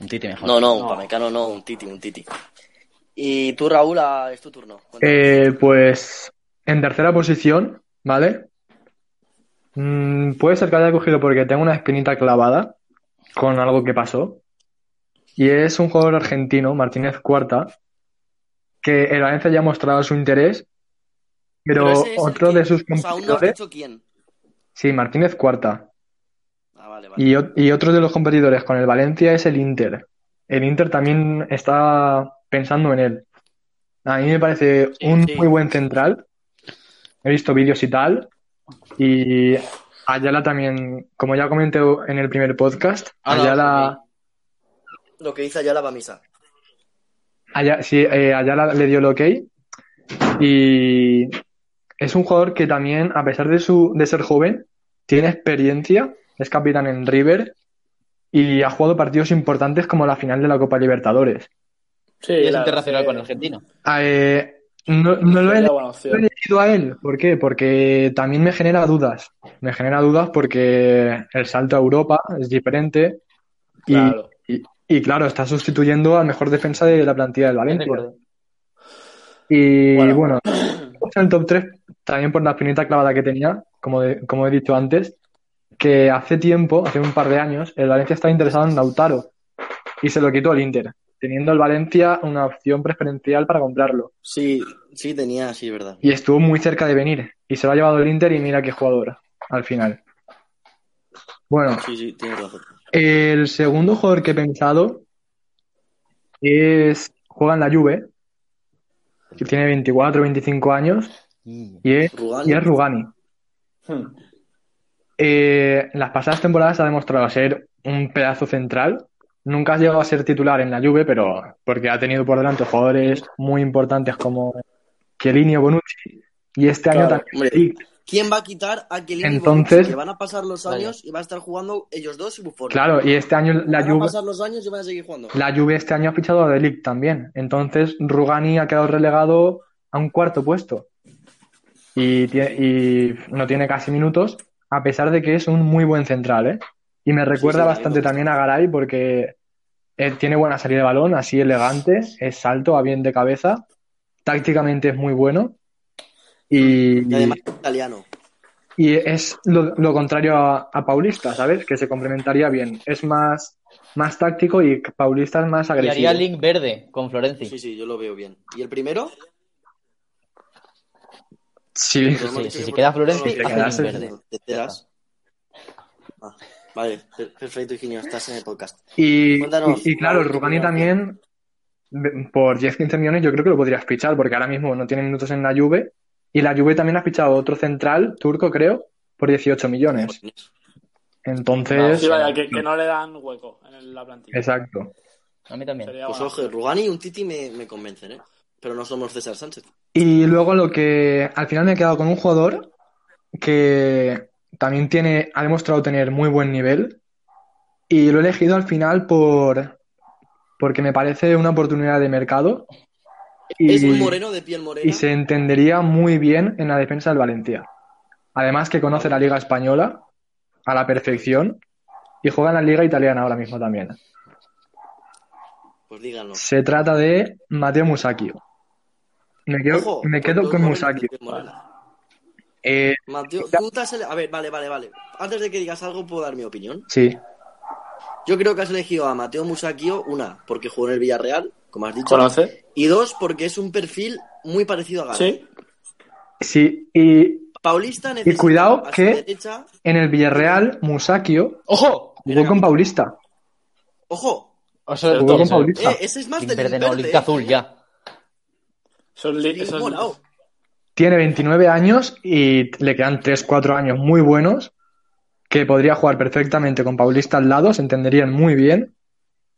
[SPEAKER 4] Un Titi mejor.
[SPEAKER 1] No, no, un
[SPEAKER 3] No.
[SPEAKER 1] Pamecano no, un Titi, un Titi. Y tú, Raúl, ah, es tu turno. Cuéntame.
[SPEAKER 2] Eh, pues en tercera posición, ¿vale? Mm, puede ser que haya cogido porque tengo una espinita clavada con algo que pasó. Y es un jugador argentino, Martínez Cuarta, que el Valencia ya ha mostrado su interés, pero
[SPEAKER 1] ese es el
[SPEAKER 2] otro
[SPEAKER 1] que-
[SPEAKER 2] de sus
[SPEAKER 1] O sea, aún no has
[SPEAKER 2] competidores-
[SPEAKER 1] dicho quién.
[SPEAKER 2] sí, Martínez Cuarta.
[SPEAKER 1] Ah, vale, vale.
[SPEAKER 2] Y, o- y otro de los competidores con el Valencia es el Inter. El Inter también está pensando en él. A mí me parece
[SPEAKER 3] Sí,
[SPEAKER 2] un
[SPEAKER 3] sí.
[SPEAKER 2] muy buen central. He visto vídeos y tal. Y Ayala también, como ya comenté en el primer podcast,
[SPEAKER 4] Ah, no,
[SPEAKER 2] Ayala,
[SPEAKER 1] Lo que dice Ayala va a misa.
[SPEAKER 2] Aya- sí, eh, Ayala le dio el ok. Y es un jugador que también, a pesar de, su, de ser joven, tiene experiencia, es capitán en River y ha jugado partidos importantes como la final de la Copa Libertadores.
[SPEAKER 3] Sí,
[SPEAKER 4] Y es
[SPEAKER 3] la verdad
[SPEAKER 4] internacional
[SPEAKER 3] que
[SPEAKER 4] con Argentina.
[SPEAKER 2] Ah, eh, no, no lo he
[SPEAKER 3] era buena
[SPEAKER 2] no he
[SPEAKER 3] opción.
[SPEAKER 2] elegido a él. ¿Por qué? Porque también me genera dudas. Me genera dudas porque el salto a Europa es diferente y,
[SPEAKER 3] Claro.
[SPEAKER 2] y, y claro, está sustituyendo al mejor defensa de la plantilla del Valencia. Y
[SPEAKER 3] Bueno.
[SPEAKER 2] bueno, en el top 3 también por la espinita clavada que tenía, como, de- como he dicho antes, que hace tiempo, hace un par de años, el Valencia estaba interesado en Lautaro y se lo quitó el Inter, teniendo el Valencia una opción preferencial para comprarlo.
[SPEAKER 1] Sí, sí tenía, sí, verdad.
[SPEAKER 2] Y estuvo muy cerca de venir y se lo ha llevado el Inter y mira qué jugador al final. Bueno,
[SPEAKER 1] Sí, sí, tienes razón.
[SPEAKER 2] el segundo jugador que he pensado es juega en la Juve, que tiene 24 25 años
[SPEAKER 4] Y-
[SPEAKER 2] y es,
[SPEAKER 1] Rugani.
[SPEAKER 2] y es Rugani.
[SPEAKER 3] Hmm.
[SPEAKER 2] Eh, las pasadas temporadas ha demostrado ser un pedazo central. Nunca ha llegado a ser titular en la Juve, pero porque ha tenido por delante jugadores muy importantes como Chiellini o Bonucci. Y este año
[SPEAKER 3] Claro,
[SPEAKER 2] también
[SPEAKER 1] Hombre,
[SPEAKER 2] Flick.
[SPEAKER 1] ¿quién va a quitar a Kelly
[SPEAKER 2] Entonces-
[SPEAKER 1] que van a pasar los
[SPEAKER 4] Vaya.
[SPEAKER 1] años y van a estar jugando ellos dos y Buffon?
[SPEAKER 2] Claro, y este año la
[SPEAKER 1] Van a
[SPEAKER 2] Juve,
[SPEAKER 1] pasar los años y van a seguir jugando.
[SPEAKER 2] la Juve este año ha fichado a Delic también. Entonces Rugani ha quedado relegado a un cuarto puesto. Y, tie- y no tiene casi minutos, a pesar de que es un muy buen central, ¿eh? Y me
[SPEAKER 1] sí,
[SPEAKER 2] recuerda
[SPEAKER 1] a mí me
[SPEAKER 2] bastante
[SPEAKER 1] gusta.
[SPEAKER 2] también a Garay porque eh, tiene buena salida de balón, así elegante, es alto, va bien de cabeza, tácticamente es muy bueno. Y,
[SPEAKER 1] Y además es italiano.
[SPEAKER 2] y es lo, lo contrario a, a Paulista, ¿sabes? Que se complementaría bien. Es más, más táctico y Paulista es más
[SPEAKER 4] Y haría
[SPEAKER 2] agresivo.
[SPEAKER 4] link verde con Florenzi.
[SPEAKER 1] Sí, sí, yo lo veo bien. ¿Y el primero?
[SPEAKER 2] Sí.
[SPEAKER 1] Pero hemos
[SPEAKER 4] sí,
[SPEAKER 1] dicho
[SPEAKER 4] si
[SPEAKER 1] que
[SPEAKER 4] se
[SPEAKER 1] por-
[SPEAKER 4] queda Florenzi,
[SPEAKER 1] no, te
[SPEAKER 2] hace
[SPEAKER 1] quedas,
[SPEAKER 2] link
[SPEAKER 4] verde.
[SPEAKER 1] te quedas. Ah, vale, per- perfecto, Higinio, estás en el podcast.
[SPEAKER 2] Y,
[SPEAKER 1] Cuéntanos,
[SPEAKER 2] y- y claro,
[SPEAKER 1] Raúl,
[SPEAKER 2] Rugani
[SPEAKER 1] tu
[SPEAKER 2] también, ve- por 10-15 millones, yo creo que lo podrías fichar, porque ahora mismo no tiene minutos en la Juve. Y la Juve también ha fichado otro central turco, creo, por 18 millones. Entonces,
[SPEAKER 3] Sí, vaya, que, que no le dan hueco en el- la plantilla.
[SPEAKER 2] exacto.
[SPEAKER 4] A mí también.
[SPEAKER 3] Sería
[SPEAKER 1] Pues
[SPEAKER 3] buena
[SPEAKER 1] ojo, Rugani y un Titi me, me convencen, ¿eh? Pero no somos César Sánchez.
[SPEAKER 2] Y luego lo que al final me he quedado con un jugador que también tiene, ha demostrado tener muy buen nivel. Y lo he elegido al final por porque me parece una oportunidad de mercado. Y-
[SPEAKER 1] Es un moreno de piel morena.
[SPEAKER 2] y se entendería muy bien en la defensa del Valencia. Además que conoce la liga española a la perfección y juega en la liga italiana ahora mismo también.
[SPEAKER 1] Pues díganos.
[SPEAKER 2] Se trata de Mateo Musacchio. Me quedo,
[SPEAKER 1] Ojo,
[SPEAKER 2] me quedo
[SPEAKER 1] dos
[SPEAKER 2] con
[SPEAKER 1] morenos de
[SPEAKER 2] Musacchio.
[SPEAKER 1] piel morena.
[SPEAKER 2] Eh,
[SPEAKER 1] Mateo, tú te has ele- A ver, vale, vale, vale. Antes de que digas algo, puedo dar mi opinión.
[SPEAKER 2] sí,
[SPEAKER 1] Yo creo que has elegido a Mateo Musakio, una, porque jugó en el Villarreal, como has dicho,
[SPEAKER 3] ¿Conoce?
[SPEAKER 1] y dos, porque es un perfil muy parecido a Galo.
[SPEAKER 3] Sí.
[SPEAKER 2] sí. Y
[SPEAKER 1] Paulista necesita
[SPEAKER 2] cuidado
[SPEAKER 1] a su
[SPEAKER 2] que-
[SPEAKER 1] derecha.
[SPEAKER 2] en el Villarreal, Musacchio
[SPEAKER 4] ¡Ojo!
[SPEAKER 2] jugó con Paulista.
[SPEAKER 1] ¡Ojo!
[SPEAKER 4] Eso
[SPEAKER 3] Cierto,
[SPEAKER 4] eso
[SPEAKER 2] Jugó con
[SPEAKER 4] es.
[SPEAKER 2] Paulista.
[SPEAKER 1] Eh, ese es más
[SPEAKER 4] Link
[SPEAKER 1] del
[SPEAKER 4] verde, no,
[SPEAKER 1] Link
[SPEAKER 4] link
[SPEAKER 1] verde,
[SPEAKER 4] azul, ya.
[SPEAKER 3] Son
[SPEAKER 1] eh.
[SPEAKER 3] li-
[SPEAKER 1] Link
[SPEAKER 3] son-
[SPEAKER 1] morado.
[SPEAKER 2] Tiene 29 años y le quedan 3-4 años muy buenos, que podría jugar perfectamente con Paulista al lado, se entenderían muy bien.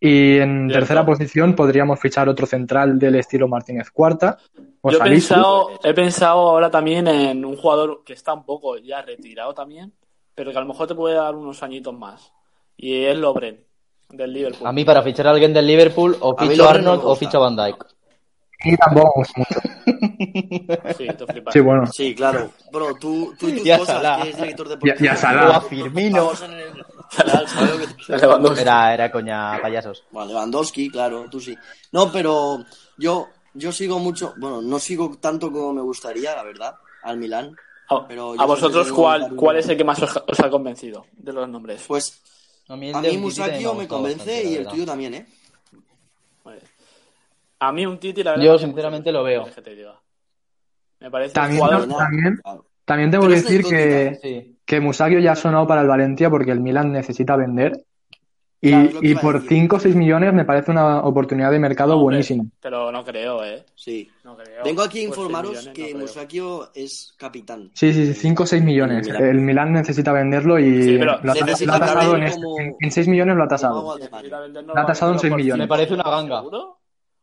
[SPEAKER 2] Y en
[SPEAKER 3] Cierto.
[SPEAKER 2] tercera posición podríamos fichar otro central del estilo Martínez Cuarta. O
[SPEAKER 3] Yo he
[SPEAKER 2] Salisu.
[SPEAKER 3] pensado, he pensado ahora también en un jugador que está un poco ya retirado también, pero que a lo mejor te puede dar unos añitos más. Y es Lobren, del Liverpool.
[SPEAKER 4] A mí para fichar a alguien del Liverpool o
[SPEAKER 1] A mí
[SPEAKER 4] ficho
[SPEAKER 1] Lovren
[SPEAKER 4] a
[SPEAKER 1] no
[SPEAKER 4] Arnold
[SPEAKER 1] me
[SPEAKER 4] o
[SPEAKER 1] gusta.
[SPEAKER 4] ficho a Van Dijk.
[SPEAKER 2] Y tampoco me gusta mucho.
[SPEAKER 3] Sí, te flipas.
[SPEAKER 2] Sí, bueno.
[SPEAKER 1] Sí, claro. Bro, tú, tú y tus
[SPEAKER 4] Ya
[SPEAKER 1] cosas,
[SPEAKER 4] Salah.
[SPEAKER 1] que es director de
[SPEAKER 2] Ya- ya Salah.
[SPEAKER 4] O a Firmino.
[SPEAKER 1] Vamos en el- Claro, claro que-
[SPEAKER 3] *laughs* Lewandowski.
[SPEAKER 4] Era, era coña, payasos.
[SPEAKER 1] Bueno, Lewandowski, claro, tú sí. No, pero yo, yo sigo mucho, bueno, no sigo tanto como me gustaría, la verdad, al Milán.
[SPEAKER 3] A,
[SPEAKER 1] Pero
[SPEAKER 3] a
[SPEAKER 1] yo
[SPEAKER 3] vosotros,
[SPEAKER 1] siempre
[SPEAKER 3] ¿cuál,
[SPEAKER 1] digo-
[SPEAKER 3] cuál es el que más os, os ha convencido de los nombres?
[SPEAKER 1] Pues
[SPEAKER 4] A
[SPEAKER 1] a mí Musakio me convence y el tuyo también, ¿eh?
[SPEAKER 3] Vale. A mí un Titi, la verdad.
[SPEAKER 4] Yo,
[SPEAKER 3] me
[SPEAKER 4] sinceramente,
[SPEAKER 3] gusta mucho,
[SPEAKER 4] lo veo.
[SPEAKER 3] ¿qué quieres que te diga? Me parece un
[SPEAKER 2] También-
[SPEAKER 3] jugador.
[SPEAKER 1] Bueno,
[SPEAKER 2] también-
[SPEAKER 1] claro.
[SPEAKER 2] También tengo que
[SPEAKER 1] Pero este es
[SPEAKER 2] decir
[SPEAKER 1] incógnita,
[SPEAKER 2] que,
[SPEAKER 4] Sí.
[SPEAKER 2] que Musakio ya ha sonado para el Valencia porque el Milan necesita vender. Y,
[SPEAKER 1] Claro, es lo que
[SPEAKER 2] y
[SPEAKER 1] iba a
[SPEAKER 2] por
[SPEAKER 1] decir.
[SPEAKER 2] 5 o 6 millones me parece una oportunidad de mercado
[SPEAKER 3] hombre,
[SPEAKER 2] buenísima.
[SPEAKER 3] Pero no creo, ¿eh?
[SPEAKER 1] Sí.
[SPEAKER 3] No creo.
[SPEAKER 1] Vengo aquí a
[SPEAKER 3] Por seis
[SPEAKER 1] informaros
[SPEAKER 3] millones,
[SPEAKER 1] que
[SPEAKER 3] pues, no creo.
[SPEAKER 1] Musakio es capitán.
[SPEAKER 2] Sí, sí, sí, 5 o 6 millones.
[SPEAKER 1] Mira.
[SPEAKER 2] El Milan necesita venderlo y
[SPEAKER 3] Sí, pero
[SPEAKER 2] lo, ha,
[SPEAKER 3] necesita
[SPEAKER 2] lo ha tasado en,
[SPEAKER 1] vender
[SPEAKER 2] este-
[SPEAKER 1] como-
[SPEAKER 2] en- en 6 millones lo ha
[SPEAKER 1] Como
[SPEAKER 2] tasado.
[SPEAKER 1] agua de
[SPEAKER 3] Necesita
[SPEAKER 1] mar.
[SPEAKER 3] venderlo
[SPEAKER 2] La ha tasado en
[SPEAKER 3] por
[SPEAKER 2] seis
[SPEAKER 3] cinco,
[SPEAKER 2] millones.
[SPEAKER 4] Me parece una ganga.
[SPEAKER 3] ¿Seguro?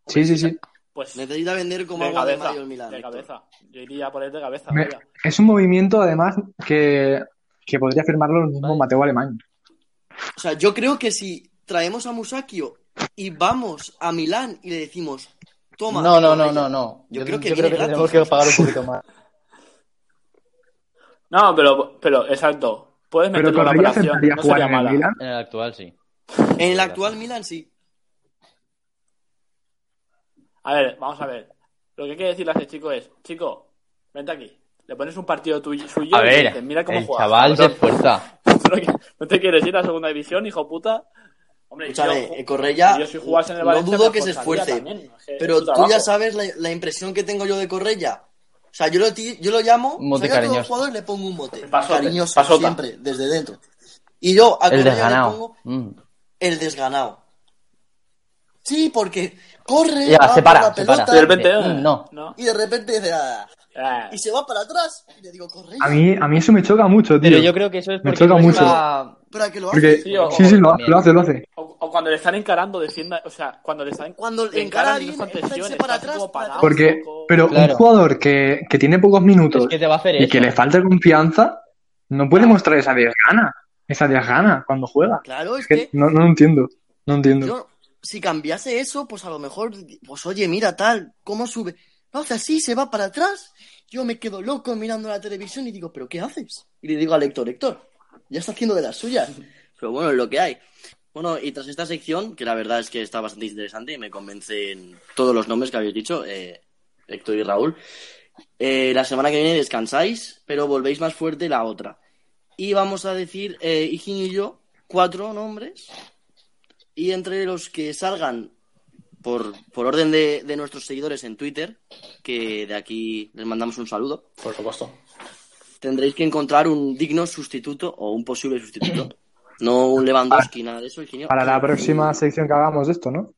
[SPEAKER 2] Sí, sí, sí.
[SPEAKER 3] Pues
[SPEAKER 1] Necesita vender como
[SPEAKER 3] de
[SPEAKER 1] agua de
[SPEAKER 3] cabeza.
[SPEAKER 1] Mario el Milan.
[SPEAKER 3] de
[SPEAKER 1] Héctor.
[SPEAKER 3] cabeza. Yo iría por él de cabeza.
[SPEAKER 2] Me-
[SPEAKER 3] vaya.
[SPEAKER 2] es un movimiento, además, que, que podría firmarlo el mismo
[SPEAKER 3] Vale.
[SPEAKER 2] Mateo Alemán.
[SPEAKER 1] O sea, yo creo que si traemos a Musakio y vamos a Milán y le decimos, toma.
[SPEAKER 4] No, no,
[SPEAKER 1] toma
[SPEAKER 4] no,
[SPEAKER 1] ella.
[SPEAKER 4] no, no.
[SPEAKER 1] Yo creo que viene gratis.
[SPEAKER 4] tenemos que pagar un
[SPEAKER 1] *laughs*
[SPEAKER 4] poquito más.
[SPEAKER 3] No, pero, pero exacto. Puedes
[SPEAKER 2] Pero
[SPEAKER 3] meterlo en la
[SPEAKER 2] Torreira
[SPEAKER 3] operación.
[SPEAKER 2] aceptaría
[SPEAKER 3] No
[SPEAKER 2] jugar
[SPEAKER 3] sería
[SPEAKER 2] en el
[SPEAKER 3] mala.
[SPEAKER 2] Milan.
[SPEAKER 4] En el actual, sí.
[SPEAKER 1] En el actual Milan sí.
[SPEAKER 3] A ver, vamos a ver. Lo que hay que decirle a ese chico es, chico, vente aquí. Le pones un partido tuyo, suyo
[SPEAKER 4] A
[SPEAKER 3] y le
[SPEAKER 4] ver,
[SPEAKER 3] dices, mira cómo
[SPEAKER 4] el
[SPEAKER 3] juegas.
[SPEAKER 4] chaval se
[SPEAKER 3] cabrón".
[SPEAKER 4] esfuerza.
[SPEAKER 3] *laughs* ¿No que- ¿No te quieres ir a segunda división, hijo puta? Hombre,
[SPEAKER 1] Escúchame,
[SPEAKER 3] yo-
[SPEAKER 1] eh, Correia,
[SPEAKER 3] yo si jugase en el
[SPEAKER 1] no
[SPEAKER 3] Valencia,
[SPEAKER 1] dudo
[SPEAKER 3] me
[SPEAKER 1] que se
[SPEAKER 3] esforzaría
[SPEAKER 1] esfuerce,
[SPEAKER 3] también, es que es
[SPEAKER 1] Pero
[SPEAKER 3] su
[SPEAKER 1] tú ya
[SPEAKER 3] trabajo.
[SPEAKER 1] sabes la, la impresión que tengo yo de Correia. O sea, yo lo, ti- yo lo llamo,
[SPEAKER 4] Un mote
[SPEAKER 1] o sea, yo a todos
[SPEAKER 4] cariñoso.
[SPEAKER 1] los jugadores le pongo un mote.
[SPEAKER 3] Pasote,
[SPEAKER 1] cariñoso,
[SPEAKER 3] pasota.
[SPEAKER 1] siempre, desde dentro. Y yo a
[SPEAKER 4] El
[SPEAKER 1] Correia le
[SPEAKER 4] desganado.
[SPEAKER 1] pongo
[SPEAKER 4] Mm.
[SPEAKER 1] el desganado. Sí, porque corre,
[SPEAKER 4] Ya,
[SPEAKER 1] va
[SPEAKER 4] se
[SPEAKER 1] por
[SPEAKER 4] para,
[SPEAKER 1] la
[SPEAKER 4] se para.
[SPEAKER 1] pelota,
[SPEAKER 3] Y de repente,
[SPEAKER 4] Mm,
[SPEAKER 3] eh,
[SPEAKER 4] no.
[SPEAKER 3] no.
[SPEAKER 1] y de repente dice, "Ah",
[SPEAKER 3] Eh,
[SPEAKER 1] y se va para atrás. Y le digo, Correia,
[SPEAKER 2] A mí, a mí eso me choca mucho, tío.
[SPEAKER 4] Pero yo creo que eso es
[SPEAKER 2] Me
[SPEAKER 4] porque
[SPEAKER 2] choca
[SPEAKER 4] no
[SPEAKER 2] mucho.
[SPEAKER 4] está-
[SPEAKER 1] ¿para que lo hace?
[SPEAKER 2] Porque,
[SPEAKER 3] Sí, o-
[SPEAKER 2] sí, sí, lo,
[SPEAKER 4] también.
[SPEAKER 2] lo hace, lo hace.
[SPEAKER 3] O, o cuando le están encarando, defienda. O sea, cuando le están.
[SPEAKER 1] Cuando
[SPEAKER 3] le
[SPEAKER 1] encara a
[SPEAKER 3] y
[SPEAKER 1] alguien,
[SPEAKER 3] no están
[SPEAKER 1] él se
[SPEAKER 3] tensiones,
[SPEAKER 1] para
[SPEAKER 3] está así
[SPEAKER 1] atrás,
[SPEAKER 3] como
[SPEAKER 1] para
[SPEAKER 3] parado,
[SPEAKER 1] atrás.
[SPEAKER 2] Porque,
[SPEAKER 3] un poco-
[SPEAKER 2] pero
[SPEAKER 4] Claro.
[SPEAKER 2] un jugador que, que tiene pocos minutos
[SPEAKER 4] Es que te va a hacer
[SPEAKER 2] y que
[SPEAKER 4] eso.
[SPEAKER 2] le falta confianza, no puede mostrar esa desgana, esa desgana cuando juega.
[SPEAKER 1] Claro, es
[SPEAKER 2] Es
[SPEAKER 1] que
[SPEAKER 2] que no, no entiendo, no entiendo.
[SPEAKER 1] Yo, si cambiase eso, pues a lo mejor, pues oye, mira tal, cómo sube. Lo hace así, se va para atrás. Yo me quedo loco mirando la televisión y digo, ¿pero qué haces? Y le digo al Héctor, Héctor, ya está haciendo de las suyas. *laughs* Pero bueno, es lo que hay. Bueno, y tras esta sección, que la verdad es que está bastante interesante y me convencen todos los nombres que habéis dicho, eh, Héctor y Raúl, eh, la semana que viene descansáis, pero volvéis más fuerte la otra. Y vamos a decir, eh, Higgin y yo, cuatro nombres y entre los que salgan por, por orden de, de nuestros seguidores en Twitter, que de aquí les mandamos un saludo,
[SPEAKER 3] Por supuesto.
[SPEAKER 1] tendréis que encontrar un digno sustituto o un posible sustituto. No un Lewandowski, nada de eso, Higinio.
[SPEAKER 2] Para la próxima sección que hagamos de esto, ¿no?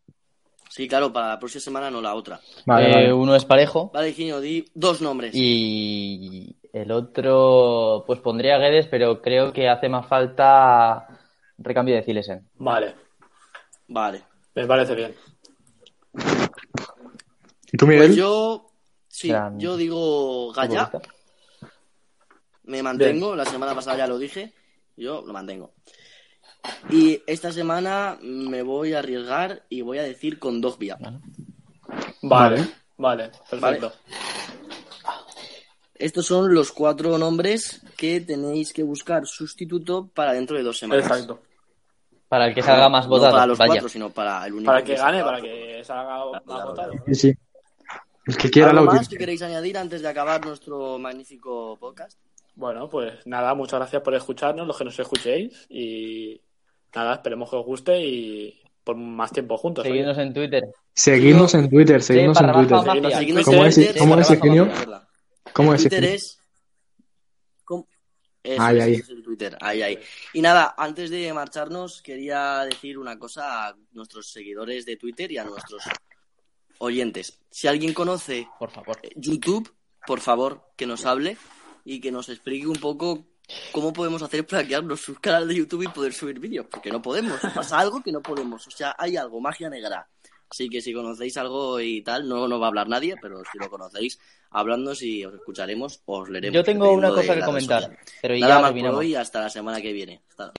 [SPEAKER 1] Sí, claro, para la próxima semana, no la otra.
[SPEAKER 2] Vale,
[SPEAKER 4] Eh,
[SPEAKER 2] vale.
[SPEAKER 4] Uno es parejo
[SPEAKER 1] Vale, Higinio, di dos nombres.
[SPEAKER 4] y el otro, pues pondría a Guedes, pero creo que hace más falta recambio de Cilesen.
[SPEAKER 3] Vale,
[SPEAKER 1] Vale.
[SPEAKER 3] me parece bien.
[SPEAKER 2] ¿Y tú, Miguel?
[SPEAKER 1] Pues yo, sí,
[SPEAKER 4] Gran
[SPEAKER 1] yo digo Gaya,
[SPEAKER 4] futbolista.
[SPEAKER 1] me mantengo, la semana pasada ya lo dije, yo lo mantengo. Y esta semana me voy a arriesgar y voy a decir con dos vías.
[SPEAKER 3] Vale, vale, perfecto.
[SPEAKER 1] Estos son los cuatro nombres que tenéis que buscar sustituto para dentro de dos semanas.
[SPEAKER 3] Exacto.
[SPEAKER 4] Para el que salga más
[SPEAKER 1] Ah, No
[SPEAKER 4] votado.
[SPEAKER 1] para los
[SPEAKER 4] vaya.
[SPEAKER 1] cuatro, sino para el único.
[SPEAKER 3] Para que
[SPEAKER 1] está
[SPEAKER 3] gane,
[SPEAKER 1] votado.
[SPEAKER 3] para que salga más votado.
[SPEAKER 2] Sí, sí. El que quiera
[SPEAKER 1] ¿Algo
[SPEAKER 2] lo
[SPEAKER 1] más que
[SPEAKER 2] que...
[SPEAKER 1] queréis añadir antes de acabar nuestro magnífico podcast?
[SPEAKER 3] Bueno, pues nada, muchas gracias por escucharnos, los que nos escuchéis. Y nada, esperemos que os guste y por más tiempo juntos. oye.
[SPEAKER 4] Seguidnos en Twitter. Eh,
[SPEAKER 2] Seguirnos en Twitter, seguirnos
[SPEAKER 4] barra
[SPEAKER 2] en
[SPEAKER 4] baja
[SPEAKER 2] Twitter.
[SPEAKER 4] más.
[SPEAKER 3] Seguidnos en
[SPEAKER 1] Seguidnos
[SPEAKER 2] ¿Cómo
[SPEAKER 1] en
[SPEAKER 2] es-
[SPEAKER 1] Twitter, eh,
[SPEAKER 2] cómo
[SPEAKER 1] barra
[SPEAKER 2] es,
[SPEAKER 1] baja,
[SPEAKER 2] Eugenio?
[SPEAKER 1] barra baja.
[SPEAKER 2] ¿Cómo es? este?
[SPEAKER 1] Twitter
[SPEAKER 2] Eugenio?
[SPEAKER 1] es... ¿Cómo? Eso
[SPEAKER 2] Ahí,
[SPEAKER 1] es,
[SPEAKER 2] ahí.
[SPEAKER 1] eso es el Twitter, ahí, ahí. Y nada, antes de marcharnos, quería decir una cosa a nuestros seguidores de Twitter y a nuestros oyentes. Si alguien conoce
[SPEAKER 4] Por favor.
[SPEAKER 1] YouTube, por favor, que nos hable y que nos explique un poco cómo podemos hacer para crearnos sus canales de YouTube y poder subir vídeos, porque no podemos. Pasa algo que no podemos. O sea, hay algo, magia negra. Así que si conocéis algo y tal, no nos va a hablar nadie, pero si lo conocéis, hablándonos y os escucharemos, os leeremos.
[SPEAKER 4] Yo tengo una
[SPEAKER 1] dependiendo de
[SPEAKER 4] cosa que
[SPEAKER 1] la red
[SPEAKER 4] comentar,
[SPEAKER 1] social.
[SPEAKER 4] pero ya
[SPEAKER 1] Nada más por
[SPEAKER 4] terminamos.
[SPEAKER 1] hoy, hasta la semana que viene. Hasta-